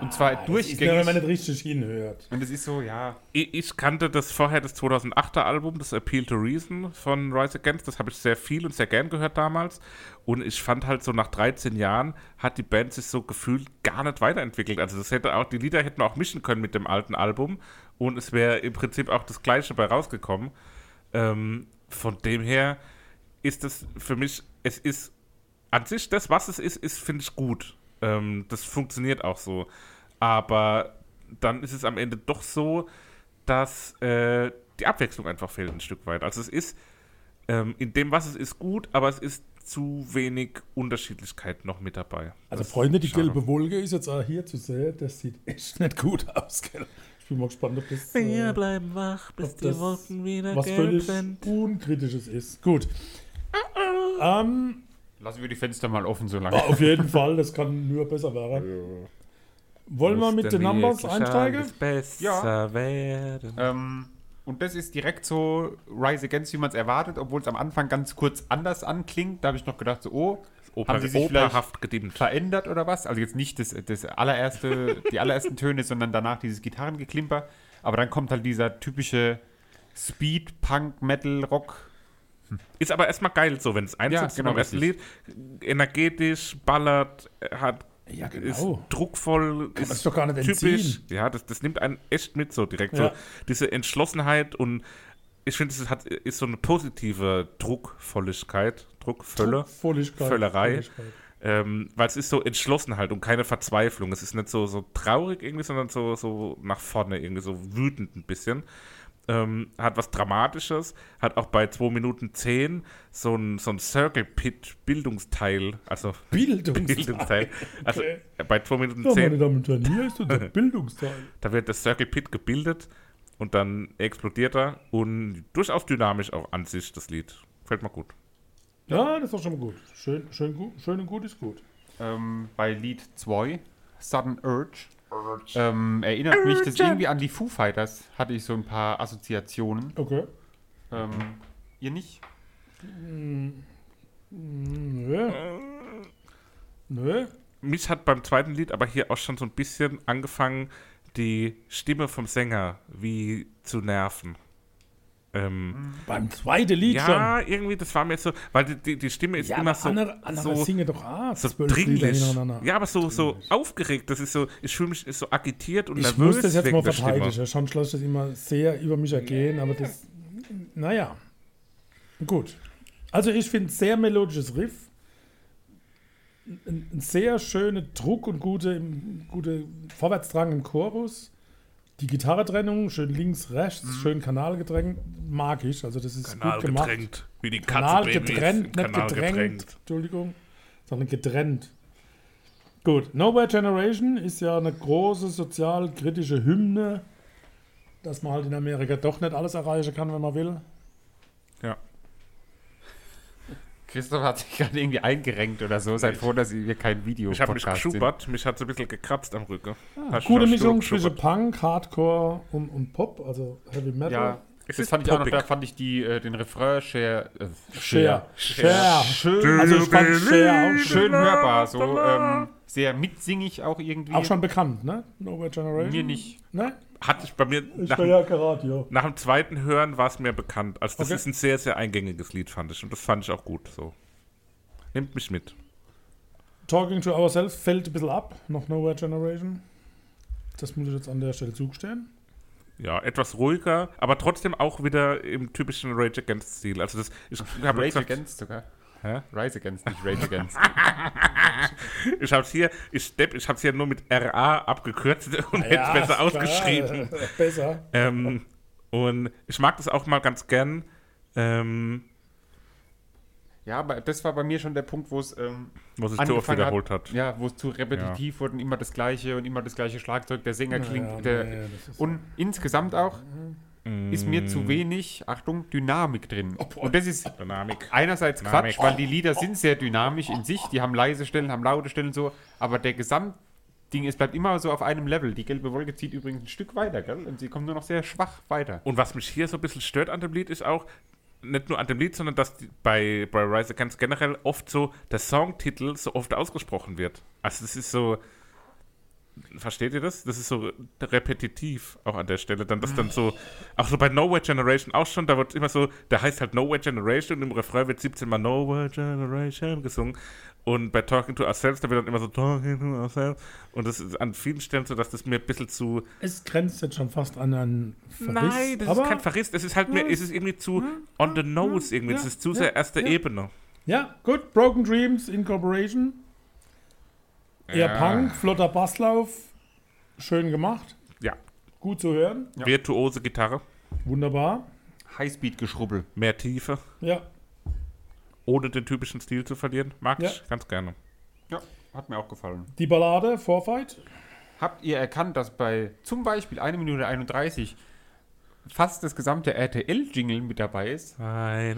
C: Und zwar
B: Ah, Ist nur, wenn man
C: durchgängig.
B: nicht richtig hinhört.
C: Und es ist so, ja.
A: Ich, ich kannte das vorher, das 2008er Album, das Appeal to Reason von Rise Against. Das habe ich sehr viel und sehr gern gehört damals. Und ich fand halt so nach 13 Jahren hat die Band sich so gefühlt gar nicht weiterentwickelt. Also das hätte auch, die Lieder hätten auch mischen können mit dem alten Album. Und es wäre im Prinzip auch das Gleiche bei rausgekommen. Ähm, von dem her ist das für mich, es ist an sich das, was es ist, ist finde ich gut. Ähm, das funktioniert auch so. Aber dann ist es am Ende doch so, dass äh, die Abwechslung einfach fehlt ein Stück weit. Also es ist ähm, in dem, was es ist, gut, aber es ist zu wenig Unterschiedlichkeit noch mit dabei.
B: Also
A: Das
B: Freunde,
A: ist
B: die
A: schade.
B: gelbe Wolke ist jetzt auch hier zu sehen. Das sieht echt nicht gut aus, gell? Ich bin mal gespannt, ob das, äh,
D: Wir bleiben wach, bis
B: ob
D: die
B: das
D: Wolken wieder
B: was
D: gelb
B: völlig
D: sind.
B: Unkritisches ist. Gut. Ähm,
C: Lassen wir die Fenster mal offen so lange.
B: auf jeden Fall, das kann nur besser werden. Wollen wir mit den Numbers einsteigen?
D: Besser
C: Ja.
D: werden.
C: Ähm, und das ist direkt so Rise Against, wie man es erwartet, obwohl es am Anfang ganz kurz anders anklingt. Da habe ich noch gedacht, so, oh,
A: Oper
C: haben sie sich vielleicht
A: operhaft gedimmt.
C: verändert oder was? Also jetzt nicht das, das allererste, die allerersten Töne, sondern danach dieses Gitarrengeklimper. Aber dann kommt halt dieser typische Speed, Punk, Metal, Rock.
A: Ist aber erstmal geil so, wenn es einsetzt
C: genau,
A: beim ersten Lied. Energetisch, ballert, äh, hat,
B: Ja, genau.
A: ist druckvoll,
B: man
A: ist
B: sich doch gar nicht entziehen.
A: Ja, das, das nimmt einen echt mit so direkt.
B: Ja.
A: So, diese Entschlossenheit und ich finde, es hat, ist so eine positive Druckvolligkeit, Druckvölle.
B: Völligkeit.
A: Völlerei. Ähm, weil es ist so Entschlossenheit und keine Verzweiflung. Es ist nicht so, so traurig irgendwie, sondern so, so nach vorne irgendwie, so wütend ein bisschen. Ähm, hat was Dramatisches, hat auch bei 2 Minuten 10 so ein, so ein Circle Pit Bildungsteil, also
B: Bildungsteil.
A: Bildungsteil. Also
B: Okay.
A: bei 2 Minuten
B: So,
A: 10
B: meine Damen und Herren, hier ist unser Bildungsteil.
A: da wird das Circle Pit gebildet und dann explodiert er und durchaus dynamisch auch an sich das Lied. Fällt mir gut.
B: Ja, das ist doch schon mal gut. Schön, schön, gut, schön und gut ist gut.
C: Ähm, bei Lied 2, Sudden Urge. Ähm, erinnert mich das irgendwie an die Foo Fighters, hatte ich so ein paar Assoziationen.
B: Okay.
C: Ähm, ihr nicht?
B: Nö. Nö.
A: Mich hat beim zweiten Lied aber hier auch schon so ein bisschen angefangen, die Stimme vom Sänger wie zu nerven. Ähm,
B: Beim zweiten Lied
A: ja, irgendwie, das war mir jetzt so, weil die, die, die Stimme ist
B: schon.
A: immer so,
B: andere, andere
A: so,
B: singen doch auch
A: so
B: zwölf Lieder
A: dringlich.
B: hintereinander.
A: Ja, aber so, so aufgeregt. Das ist so, ich fühle mich so agitiert und
B: ich
A: nervös.
B: muss das jetzt
A: wegen
B: mal
A: der Stimme.
B: verteidigen. Schon lasse ich das immer sehr über mich ergehen, aber das, naja, gut. Also ich finde sehr melodisches Riff, ein, ein sehr schöner Druck und gute, gute Vorwärtsdrang im Chorus. Die Gitarretrennung, schön links, rechts,
A: Mhm.
B: schön Kanal gedrängt, mag ich. Also das ist
A: Kanal
B: gut gemacht.
A: gedrängt, wie die Katze
B: Kanal
A: Babys im
B: getrennt, nicht
A: Kanal
B: gedrängt,
A: gedrängt.
B: Entschuldigung, sondern getrennt. Gut, Nowhere Generation ist ja eine große sozialkritische Hymne, dass man halt in Amerika doch nicht alles erreichen kann, wenn man will.
A: Ja.
C: Christoph hat sich gerade irgendwie eingerenkt oder so. Seid froh, dass wir kein Video
A: Ich habe mich geschubert, mich hat so ein bisschen gekratzt am Rücken. Hast du
B: Ah, Gute
A: schon
B: Mischung
A: geschubbert?
B: zwischen Punk, Hardcore und, und Pop, also Heavy Metal.
C: Ja,
A: Es
C: das
A: ist
C: fand ich auch noch,
A: poppig.
C: da fand ich die, äh, den Refrain Share, äh,
B: Share. Share.
C: schön,
B: Also ich fand Share auch schön.
C: schön hörbar, so ähm, sehr mitsingig auch irgendwie.
B: Auch schon bekannt, ne? Nowhere Generation.
C: Mir nicht.
B: Ne?
A: Hatte ich bei mir
B: Ich
A: nach,
B: war ja Radio.
A: nach dem zweiten Hören war es mir bekannt. Also das
B: Okay.
A: ist ein sehr, sehr eingängiges Lied, fand ich. Und das fand ich auch gut. So. Nimmt mich mit.
B: Talking to Ourselves fällt ein bisschen ab, noch Nowhere Generation. Das muss ich jetzt an der Stelle zugestehen.
A: Ja, etwas ruhiger, aber trotzdem auch wieder im typischen Rage Against-Stil. Also das, ich habe
C: Rage
A: gesagt,
C: Against sogar.
A: Hä?
C: Rise Against, nicht Rage Against.
A: ich habe es hier, ich stepp, ich habe es hier nur mit RA abgekürzt
C: Ah,
A: und hätte es besser
B: klar,
A: ausgeschrieben.
B: äh, Besser.
A: Ähm, und ich mag das auch mal ganz gern. Ähm,
C: ja, aber das war bei mir schon der Punkt, wo es ähm,
A: Was es zu oft
C: angefangen
A: wiederholt hat.
C: Ja, wo es zu repetitiv wurde und immer das gleiche und immer das gleiche Schlagzeug. Der Sänger klingt.
B: ja, Mhm.
C: der,
B: nee, das ist-
C: und insgesamt auch ist mir zu wenig, Achtung, Dynamik drin.
B: Oh,
C: und das ist
A: Dynamik.
C: einerseits
A: Dynamik.
C: Quatsch, weil die Lieder sind sehr dynamisch in sich. Die haben leise Stellen, haben laute Stellen so. Aber der Gesamtding, es bleibt immer so auf einem Level. Die gelbe Wolke zieht übrigens ein Stück weiter, gell? Und sie kommt nur noch sehr schwach weiter.
A: Und was mich hier so ein bisschen stört an dem Lied ist auch, nicht nur an dem Lied, sondern dass die, bei, bei Rise Against generell oft so der Songtitel so oft ausgesprochen wird. Also das ist so, versteht ihr das? Das ist so repetitiv auch an der Stelle. Dann das dann so, auch so bei Nowhere Generation auch schon, da wird immer so, der heißt halt Nowhere Generation und im Refrain wird 17 Mal Nowhere Generation gesungen. Und bei Talking to Ourselves, da wird dann immer so Talking to Ourselves. Und das ist an vielen Stellen so, dass das mir ein bisschen zu
B: Es grenzt jetzt schon fast an einen Verriss.
A: Nein, das
B: aber, Hm?
A: ist kein Verriss. Es ist halt mir, es ist irgendwie zu on the nose irgendwie. Es
B: ja,
A: ist zu
B: ja,
A: sehr erste Ebene.
B: Ja, gut. Broken Dreams, Incorporation. Eher Punk, flotter Basslauf. Schön gemacht.
A: Ja.
B: Gut zu hören.
C: Ja.
A: Virtuose Gitarre,
B: Wunderbar.
C: Highspeed-Geschrubbel.
A: mehr Tiefe,
B: Ja,
A: ohne den typischen Stil zu verlieren. Mag
B: Ja.
A: ich ganz gerne.
C: Ja, hat mir auch gefallen.
B: die Ballade, Vorfight.
C: Habt ihr erkannt, dass bei zum Beispiel 1 Minute 31 fast das gesamte RTL-Jingle mit dabei ist?
A: Ein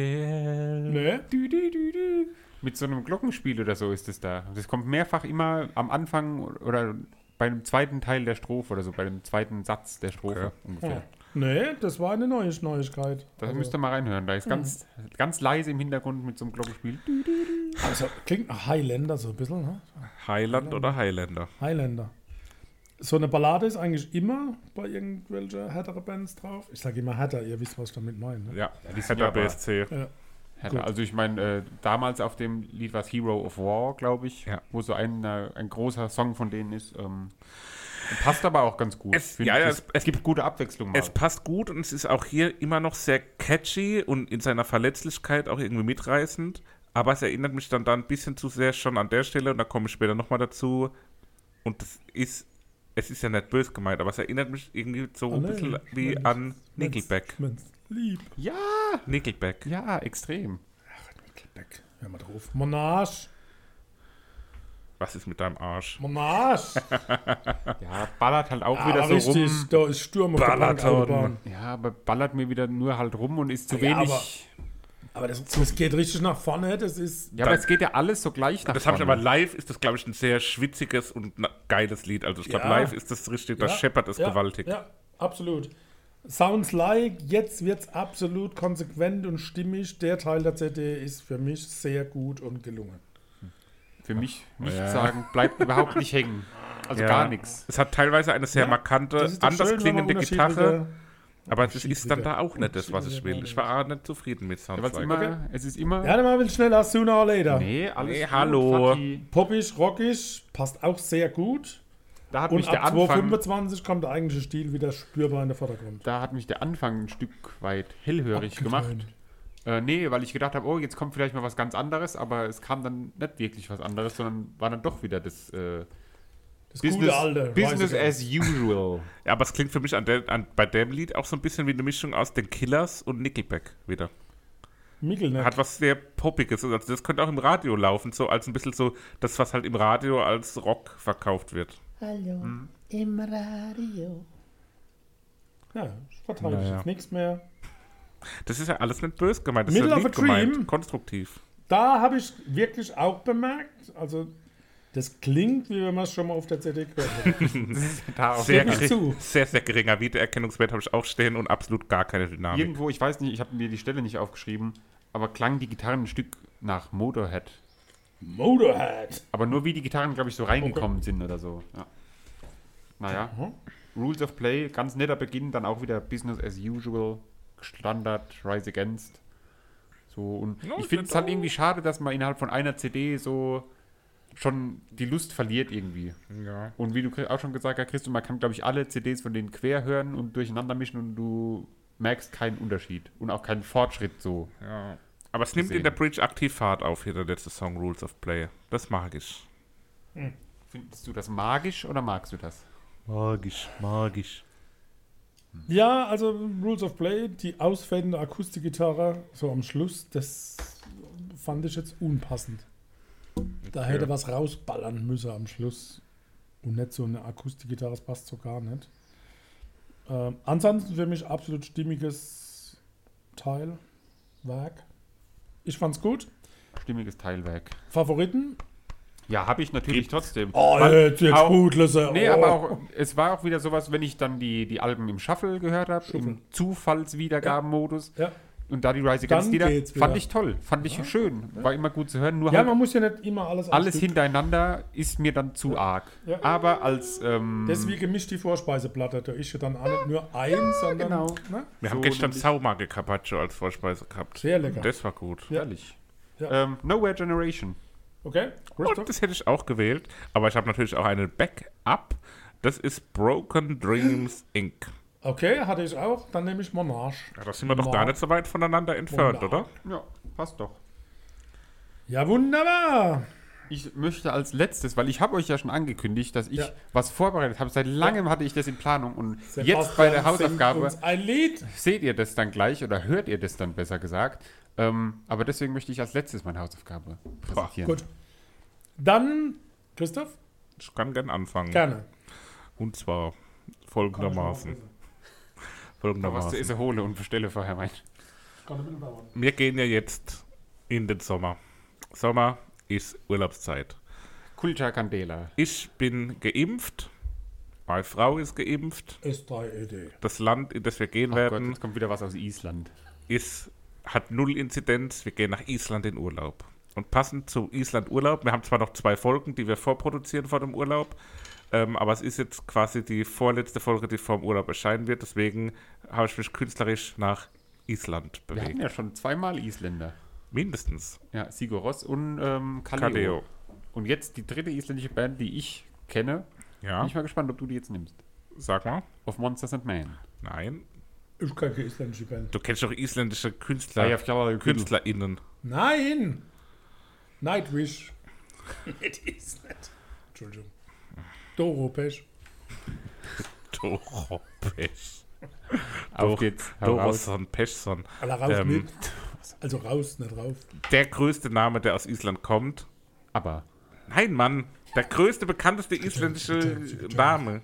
A: RTL.
B: Ne?
C: Dü, dü, dü, dü. Mit so einem Glockenspiel oder so ist es da. Das kommt mehrfach immer am Anfang oder bei dem zweiten Teil der Strophe oder so, bei dem zweiten Satz der Strophe
A: Okay.
C: ungefähr.
B: Ja. Ne, das war eine neue Neuigkeit. Also,
C: Da
A: Also
C: müsst ihr mal reinhören. Da ist ganz, ganz leise im Hintergrund mit so einem Glockenspiel.
B: also, klingt nach Highlander so ein bisschen, ne?
A: Highland oder Highlander?
B: Highlander. So eine Ballade ist eigentlich immer bei irgendwelcher härteren Bands drauf. Ich sage immer härter, ihr wisst, was ich damit meine. Ne?
A: Ja,
C: die
A: ja
C: sind
A: Header
C: aber-
A: BSC.
B: Ja.
C: Ja,
B: Gut.
C: Also ich meine, äh, damals auf dem Lied war es Hero of War, glaube ich,
A: Ja.
C: wo so ein, äh, ein großer Song von denen ist. Ähm, passt aber auch ganz gut.
A: Es-
C: Find
A: ja,
C: ich,
A: ja,
C: es,
A: es- es-
C: gibt gute Abwechslung mal.
A: Es passt gut und es ist auch hier immer noch sehr catchy und in seiner Verletzlichkeit auch irgendwie mitreißend. Aber es erinnert mich dann da ein bisschen zu sehr schon an der Stelle und da komme ich später nochmal dazu. Und das ist, es ist ja nicht bös gemeint, aber es erinnert mich irgendwie so ein
B: nee,
A: bisschen
B: ich
A: wie
B: mein,
A: an
B: ich mein's-
A: Nickelback.
B: ich mein's Lieb.
C: ja,
A: Nickelback.
C: ja, extrem.
B: Nickelback. Hör mal drauf. Monarch.
A: Was ist mit deinem Arsch?
B: Monarch.
C: Ja, ballert halt auch
B: Ah,
C: wieder so
B: richtig,
C: rum.
B: da ist Sturm auf der
A: Balaton.
B: Bankautobahn.
C: Ja, aber ballert mir wieder nur halt rum und ist zu
B: Ja, aber-
C: wenig.
B: Aber das, das geht richtig nach vorne. Das ist.
C: ja, aber es geht ja alles so gleich nach
A: Das
B: Oh,
A: habe ich aber
C: vorne.
A: live, ist das, glaube ich, ein sehr schwitziges und na- geiles Lied. Also ich glaube,
B: Ja.
A: live ist das richtig, da scheppert es
B: ja,
A: gewaltig.
B: Ja, absolut. Sounds like, jetzt wird's absolut konsequent und stimmig. Der Teil der CD ist für mich sehr gut und gelungen.
C: Für mich nicht sagen, bleibt überhaupt nicht hängen. Also
A: Ja.
C: gar nichts.
A: Es hat teilweise eine sehr markante,
B: Das ist doch
A: Äh, anders
B: schön, wenn man
A: klingende
B: unterschiedliche-
A: Gitarre. Aber das ist dann da auch nicht das, was ich
B: Schiedritter
A: will. Ich war auch nicht zufrieden mit
C: Aber es, ist
A: Soundtrack.
C: immer, es ist immer.
B: Ja, dann mal will schneller, sooner or later.
C: Nee, alles.
A: Nee,
C: gut,
A: hallo.
C: Fatih.
B: Poppig, rockig, passt auch sehr gut.
C: Da hat
B: Und
C: mich der
B: ab
C: Anfang.
B: 225 kommt der eigentliche Stil wieder spürbar in den Vordergrund.
C: Da hat mich der Anfang ein Stück weit hellhörig gemacht.
B: Abgetönt.
C: Äh, nee, weil ich gedacht habe, oh, jetzt kommt vielleicht mal was ganz anderes, aber es kam dann nicht wirklich was anderes, sondern war dann doch wieder das, äh,
B: Das
C: Business,
B: gute alte.
C: Business
B: Reisegeld.
C: as usual.
A: Ja, aber es klingt für mich an der, an, bei dem Lied auch so ein bisschen wie eine Mischung aus den Killers und Nickelback wieder.
B: Mickelnet.
A: Hat was sehr Poppiges. Also das könnte auch im Radio laufen, so als ein bisschen so das, was halt im Radio als Rock verkauft wird.
D: Hallo, im Radio.
B: Ja, ich verteidige
C: Naja.
B: jetzt nichts mehr.
A: Das ist ja alles nicht böse gemeint. Das
B: Middle
A: ist ja
B: of
A: lieb
B: a dream.
A: gemeint, konstruktiv.
B: Da habe ich wirklich auch bemerkt, also das klingt, wie wenn man es schon mal auf der CD gehört hat.
C: da auch
A: Sehr,
B: gebe ich
A: gering-
B: zu.
A: sehr, sehr geringer Wiedererkennungswert habe ich auch stehen und absolut gar keine Dynamik.
C: Irgendwo, ich weiß nicht, ich habe mir die Stelle nicht aufgeschrieben, aber klang die Gitarren ein Stück nach Motorhead.
B: Motorhead.
C: Aber nur wie die Gitarren, glaube ich, so reingekommen sind oder so. Ja. Naja. Rules of Play, ganz netter Beginn, dann auch wieder Business as usual, Standard, Rise Against. So, und
A: Ja,
C: ich finde es
A: sind
C: halt irgendwie schade, dass man innerhalb von einer CD so schon die Lust verliert irgendwie.
A: Ja.
C: Und wie du auch schon gesagt hast, Christo, man kann, glaube ich, alle CDs von denen quer hören und durcheinander mischen und du merkst keinen Unterschied und auch keinen Fortschritt so.
A: Ja. Aber es nimmt
C: Gesehen.
A: in der Bridge aktiv Fahrt auf, hier der letzte Song Rules of Play. Das mag ich.
C: Findest du das magisch oder magst du das?
A: Magisch, magisch.
B: Ja, also Rules of Play, die ausfällende Akustikgitarre, so am Schluss, das fand ich jetzt unpassend. Da hätte was rausballern müssen am Schluss. Und nicht so eine Akustikgitarre, das passt so gar nicht. Ähm, ansonsten für mich absolut stimmiges Teil, Werk. Ich fand's gut.
C: Stimmiges Teilwerk.
B: Favoriten?
C: Ja, habe ich natürlich trotzdem.
B: Oh,
C: Weil
B: jetzt, jetzt
C: auch-
B: gut, Lisse.
C: Nee,
B: oh.
C: aber auch, es war auch wieder sowas, wenn ich dann die, die Alben im Shuffle gehört habe,
B: Shuffle.
C: im Zufallswiedergabenmodus
B: Ja.
C: und da die Rise
B: Dann
C: Against Lieder,
B: geht's wieder.
C: fand ich toll, fand ich schön, war immer gut zu hören, nur
B: Ja,
C: halt
B: man muss ja nicht immer alles am
C: alles
B: Stück.
C: hintereinander ist mir dann zu arg.
B: Ja.
C: Aber als, ähm,
B: Das ist wie gemischt die Vorspeiseplatte. Da ist ja dann auch nicht nur eins, sondern.
C: genau.
B: Ne?
A: Wir
C: So
A: haben gestern
C: nämlich.
A: Saumage Carpaccio als Vorspeise gehabt.
B: Sehr lecker.
A: Das war gut.
B: Ja.
C: ehrlich,
B: Ja.
C: ähm, Nowhere Generation.
B: Okay.
A: Und das hätte ich auch gewählt, aber ich habe natürlich auch einen Backup. Das ist Broken Dreams Inc.
B: Okay, hatte ich auch. Dann nehme ich Monarch.
A: Ja, da sind wir doch gar nicht so weit voneinander entfernt,
B: Wunderbar.
A: oder?
C: Ja, passt doch.
B: Ja, wunderbar.
C: Ich möchte als letztes, weil ich habe euch ja schon angekündigt, dass ich
B: Ja.
C: was vorbereitet habe. Seit langem hatte ich das in Planung und jetzt
B: Sebastian
C: bei der
B: singt
C: Hausaufgabe
B: Uns ein Lied.
C: seht ihr das dann gleich oder hört ihr das dann besser gesagt. Ähm, aber deswegen möchte ich als letztes meine Hausaufgabe präsentieren.
B: Gut. Dann, Christoph,
A: Ich kann gern anfangen.
B: gerne.
A: Und zwar folgendermaßen.
C: Noch was zu
A: Folgendermaßen.
C: essen hole und bestelle vorher mein.
B: Kann ein bisschen dauern.
A: Wir gehen ja jetzt in den Sommer. Sommer ist Urlaubszeit.
C: Kulcha Candela. Oh
A: Ich bin geimpft. Meine Frau ist geimpft.
B: Ist deine Idee.
A: Das Land, in das wir gehen
C: Oh Gott,
A: werden,
C: jetzt kommt wieder was aus Island.
A: ist, hat null Inzidenz. Wir gehen nach Island in Urlaub. Und passend zu Island Urlaub, wir haben zwar noch zwei Folgen, die wir vorproduzieren vor dem Urlaub, ähm, aber es ist jetzt quasi die vorletzte Folge, die vor dem Urlaub erscheinen wird. Deswegen habe ich mich künstlerisch nach Island
C: Wir
A: bewegt.
C: hatten ja schon zweimal Isländer.
A: Mindestens.
C: Ja, Sigur Rós und ähm, Kaleo.
A: Kaleo.
C: Und jetzt die dritte isländische Band, die ich kenne.
A: Ja,
C: Bin ich mal gespannt, ob du die jetzt nimmst.
A: sag mal.
C: Auf Monsters and Man.
A: Nein.
B: Ich kann keine isländische Band.
A: Du kennst doch isländische
C: Ah
A: Künstler,
C: klar,
A: KünstlerInnen.
B: Nein! Nightwish. Nicht Island. Entschuldigung. Doro Pesch.
A: Doro Pesch.
C: Auf geht's. Heraus. ne?
A: Doroson Peschson.
B: Alle rauf
A: Ähm.
B: mit. Also raus, nicht rauf.
A: Der größte Name, der aus Island kommt.
C: Aber
A: Nein, Mann. Der größte, bekannteste isländische Name.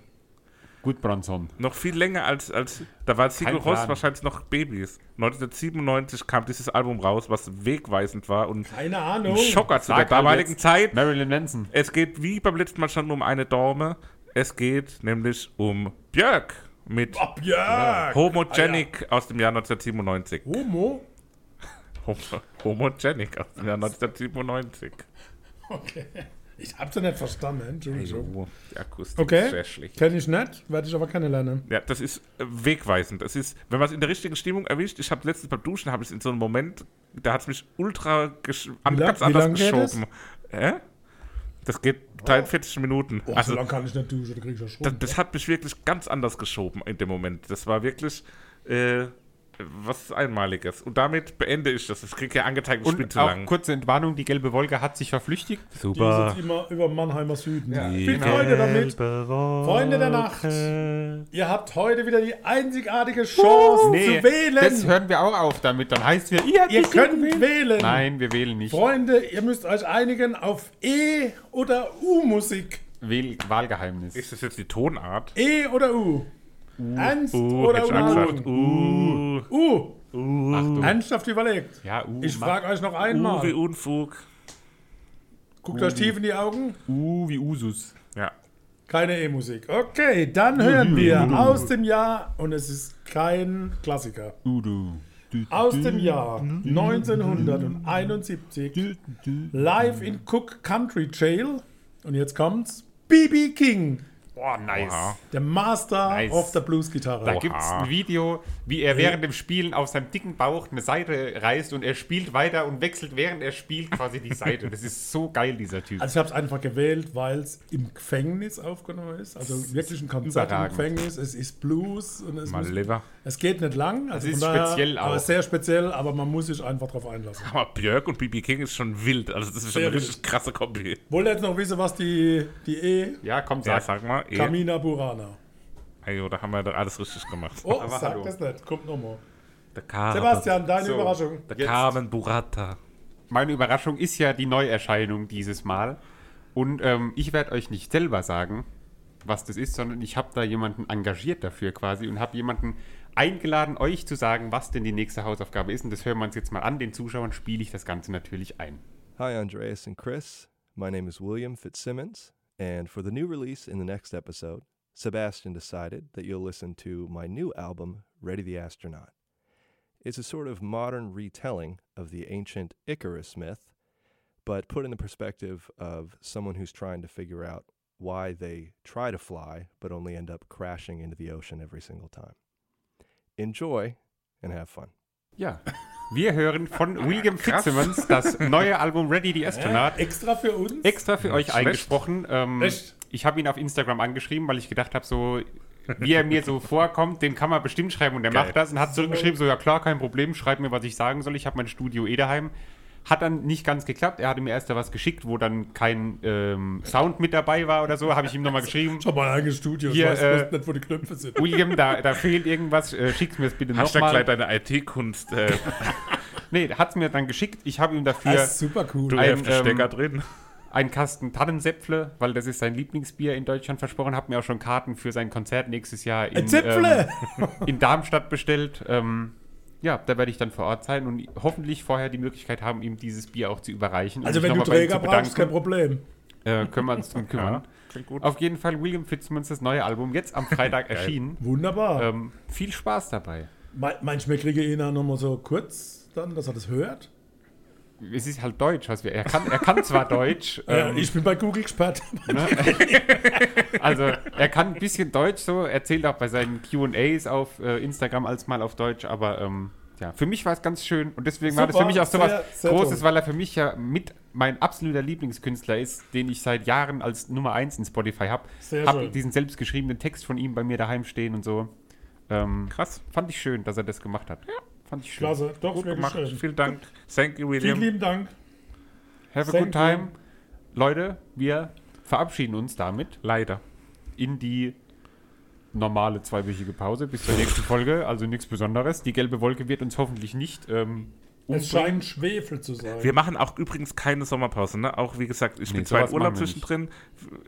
C: gut, Bronson.
A: Noch viel länger als, als da war Sigur
C: Kein Plan.
A: Rós wahrscheinlich noch Babys. 1997 kam dieses Album raus, was wegweisend war und
B: Keine Ahnung.
A: ein Schocker zu der
C: Sag halt
A: damaligen
C: jetzt.
A: Zeit.
C: Marilyn Manson.
A: Es geht wie beim letzten Mal schon um eine Dorme. Es geht nämlich um Björk mit
C: Oh,
B: Ab, ja. Ah,
C: Ah,
A: Homogenic aus dem Jahr 1997.
B: Homo?
A: Homo Homogenic aus dem Jahr 1997.
B: Okay. Ich hab's ja nicht verstanden,
C: Also.
A: Also,
B: Entschuldigung.
A: Die Akustik ist
B: Okay,
A: sehr schlecht.
B: kenne ich nicht, werde ich aber kennenlernen.
A: Ja, das ist äh, wegweisend. Das ist, wenn man es in der richtigen Stimmung erwischt, ich habe letztens beim Duschen, habe ich es in so einem Moment, da hat es mich ultra gesch- an,
B: lang-
A: ganz
B: wie
A: anders
B: lang geht
A: geschoben. Hä? Das geht 43 Minuten.
B: Oh,
A: also,
B: so lange kann ich nicht duschen, da krieg ich ja
A: das,
B: Schrubben.
A: das hat mich wirklich ganz anders geschoben in dem Moment. Das war wirklich äh, was Einmaliges. Und damit beende ich das. Ich kriege ja angezeigt, ich spiele
C: Und
A: zu
C: auch
A: lang.
C: kurze Entwarnung, die gelbe Wolke hat sich verflüchtigt.
B: Die ist jetzt immer über Mannheimer Süden. Viel
C: genau.
B: Freude damit. Freunde der Nacht. Ihr habt heute wieder die einzigartige Chance zu
C: das
B: wählen.
C: hören wir auch auf damit. Dann heißt wir, ihr, habt
B: Ihr
C: nicht gewählt.
B: könnt wählen.
C: Nein, wir wählen nicht.
B: Freunde, ihr müsst euch einigen auf E oder U-Musik.
C: Wähl Wahlgeheimnis.
A: Ist das jetzt die Tonart? Uh,
B: E oder U. Ernst oder
A: hätte ich auch gesagt.
B: U?
A: Uh,
B: U.
C: Achtung.
B: Ernsthaft überlegt.
C: Ja, uh,
B: Ich
C: mach-
B: frage euch noch
A: uh, wie
B: einmal.
A: Unfug.
B: Guckt euch tief in die Augen.
C: uh, wie Usus.
A: Ja.
B: Keine E-Musik. Okay, dann hören wir aus dem Jahr, und es ist kein Klassiker,
C: Udu. Du, du,
B: aus dem Jahr 1971
C: du.
B: live in Cook Country Jail. Und jetzt kommt's. BB King,
C: Oh, nice.
A: Oha.
B: der Master
C: Nice.
B: of der
C: Da
B: Bluesgitarre.
C: gibt es ein Video, wie er während dem Spielen auf seinem dicken Bauch eine Seite reißt und er spielt weiter und wechselt, während er spielt, quasi die Seite. Das ist so geil, dieser Typ.
B: Also ich habe es einfach gewählt, weil es im Gefängnis aufgenommen ist. Also wirklich ein Konzert im
C: Überragend.
B: Gefängnis. Es ist Blues und es,
A: Mal
B: muss,
A: Lever.
B: es geht nicht lang. Also
C: Es ist
B: von daher-
C: speziell auch.
B: Aber sehr speziell, aber man muss sich einfach drauf einlassen.
A: Aber Björk und BB King ist schon wild. Also, das ist schon
B: Sehr
A: eine
B: wild.
A: richtig krasse Kombi.
B: Wollt ihr jetzt noch wissen, was die, die E
C: ja, komm,
A: Ja,
C: sag.
A: sag mal. Eh.
B: Kamina Burana.
A: Ey, oder haben wir da alles richtig gemacht?
B: Oh,
C: Aber
B: sag
C: hallo.
B: das nicht. Kommt nochmal.
A: Der Carmen.
B: Sebastian, deine
C: So.
B: Überraschung.
A: Der
C: jetzt.
A: Carmen Burrata.
C: Meine Überraschung ist ja die Neuerscheinung dieses Mal. Und ähm, ich werde euch nicht selber sagen, was das ist, sondern ich habe da jemanden engagiert dafür quasi und habe jemanden eingeladen, euch zu sagen, was denn die nächste Hausaufgabe ist. Und das hören wir uns jetzt mal an. Den Zuschauern spiele ich das Ganze natürlich ein.
E: Hi, Andreas and Chris. My name is William Fitzsimmons, and for the new release in the next episode, Sebastian decided that you'll listen to my new album, Ready the Astronaut. It's a sort of modern retelling of the ancient Icarus myth, but put in the perspective of someone who's trying to figure out why they try to fly but only end up crashing into the ocean every single time. Enjoy and have fun.
C: Ja. Wir hören von William
A: Krass.
C: Fitzsimmons das neue Album Ready the Astronaut.
B: Extra für uns?
C: Extra für euch
A: schlecht.
C: eingesprochen. Ähm,
B: Echt?
C: ich habe ihn auf Instagram angeschrieben, weil ich gedacht habe, so wie er mir so vorkommt, den kann man bestimmt schreiben und der
A: Geil.
C: macht das und hat zurückgeschrieben, so ja klar, kein Problem, schreib mir, was ich sagen soll. Ich habe mein Studio eh daheim. Hat dann nicht ganz geklappt. Er hatte mir erst da was geschickt, wo dann kein ähm, Sound mit dabei war oder so. Habe ich ihm nochmal geschrieben.
B: ich habe mein eigenes Studio.
C: Hier,
B: ich weiß
C: äh,
B: bloß nicht, wo die Knöpfe sind.
C: William, da, da fehlt irgendwas. Äh, schick's mir das bitte
A: Hashtag gleich
C: nochmal.
A: deine IT-Kunst. Äh,
C: Nee, hat's mir dann geschickt. Ich habe ihm dafür.
B: Das ist super cool.
A: du
C: Ein,
A: hast den
C: ähm,
A: Stecker drin.
C: einen Kasten Tannensäpfle, weil das ist sein Lieblingsbier in Deutschland versprochen. Hab mir auch schon Karten für sein Konzert nächstes Jahr in,
B: Zäpfle!
C: Ähm, in Darmstadt bestellt. Ähm, ja, da werde ich dann vor Ort sein und hoffentlich vorher die Möglichkeit haben, ihm dieses Bier auch zu überreichen. um und
B: also
C: mich
B: wenn du
C: nochmal bei ihm
B: Träger
C: zu
B: brauchst, kein
C: bedanken.
B: Problem.
C: äh, können wir uns drum kümmern.
A: Klingt gut.
C: Auf jeden Fall William Fitzmans das neue Album jetzt am Freitag erschienen.
B: Wunderbar.
C: Ähm, viel Spaß dabei.
B: Me- Manchmal kriege ich ihn auch nochmal so kurz, dann, dass er das hört.
C: Es ist halt Deutsch, was wir. Er kann, er kann zwar Deutsch.
B: Äh,
C: ähm,
B: ich bin bei Google gesperrt.
C: Also, er kann ein bisschen Deutsch so, erzählt auch bei seinen QAs auf äh, Instagram als mal auf Deutsch, aber ähm, ja, für mich war es ganz schön und deswegen war das
B: Super,
C: für mich auch sowas
B: sehr, sehr
C: Großes,
B: toll.
C: weil er für mich ja mit mein absoluter Lieblingskünstler ist, den ich seit Jahren als Nummer 1 in Spotify habe.
B: Sehr
C: Habe
B: schön.
C: diesen selbstgeschriebenen Text von ihm bei mir daheim stehen und so. Ähm,
A: Krass.
C: fand ich schön, dass er das gemacht hat. Ja, fand ich schön.
B: Klasse, doch,
A: Gut
B: wirklich
A: gemacht.
B: schön.
A: Vielen Dank. Thank you,
B: Vielen
A: William.
B: lieben Dank.
C: Have a
B: Thank
C: good
B: you.
C: time. Leute, wir verabschieden uns damit.
A: Leider.
C: in die normale zweiwöchige Pause bis zur nächsten Folge. Also nichts Besonderes. Die gelbe Wolke wird uns hoffentlich nicht ähm,
B: Es
C: umbringen.
B: scheint Schwefel zu sein.
A: Wir machen auch übrigens keine Sommerpause, ne? Auch wie gesagt, ich
C: Nee,
A: bin zwar
C: sowas
A: in Urlaub
C: machen wir
A: zwischendrin.
C: nicht.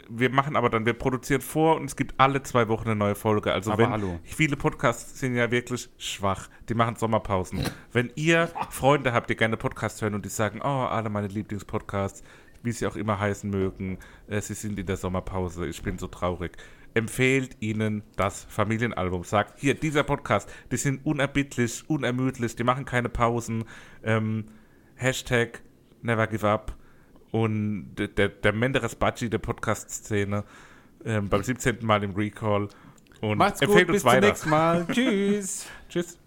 A: Wir machen aber dann, wir produzieren vor und es gibt alle zwei Wochen eine neue Folge. Also
C: Aber
A: wenn
C: hallo.
A: viele Podcasts sind ja wirklich schwach. Die machen Sommerpausen. wenn ihr Freunde habt, die gerne Podcasts hören und die sagen, oh, alle meine Lieblingspodcasts, wie sie auch immer heißen mögen, äh, sie sind in der Sommerpause, ich bin so traurig. Empfehlt ihnen das Familienalbum. Sagt, hier, dieser Podcast, die sind unerbittlich, unermüdlich, die machen keine Pausen. Ähm, Hashtag Never Give Up. und der, der Menderes Budgie der Podcast-Szene ähm, beim 17. Mal im Recall. Und
C: Macht's gut,
A: empfehlt uns
C: bis zum
A: weiter.
C: nächsten Mal. Tschüss.
A: Tschüss.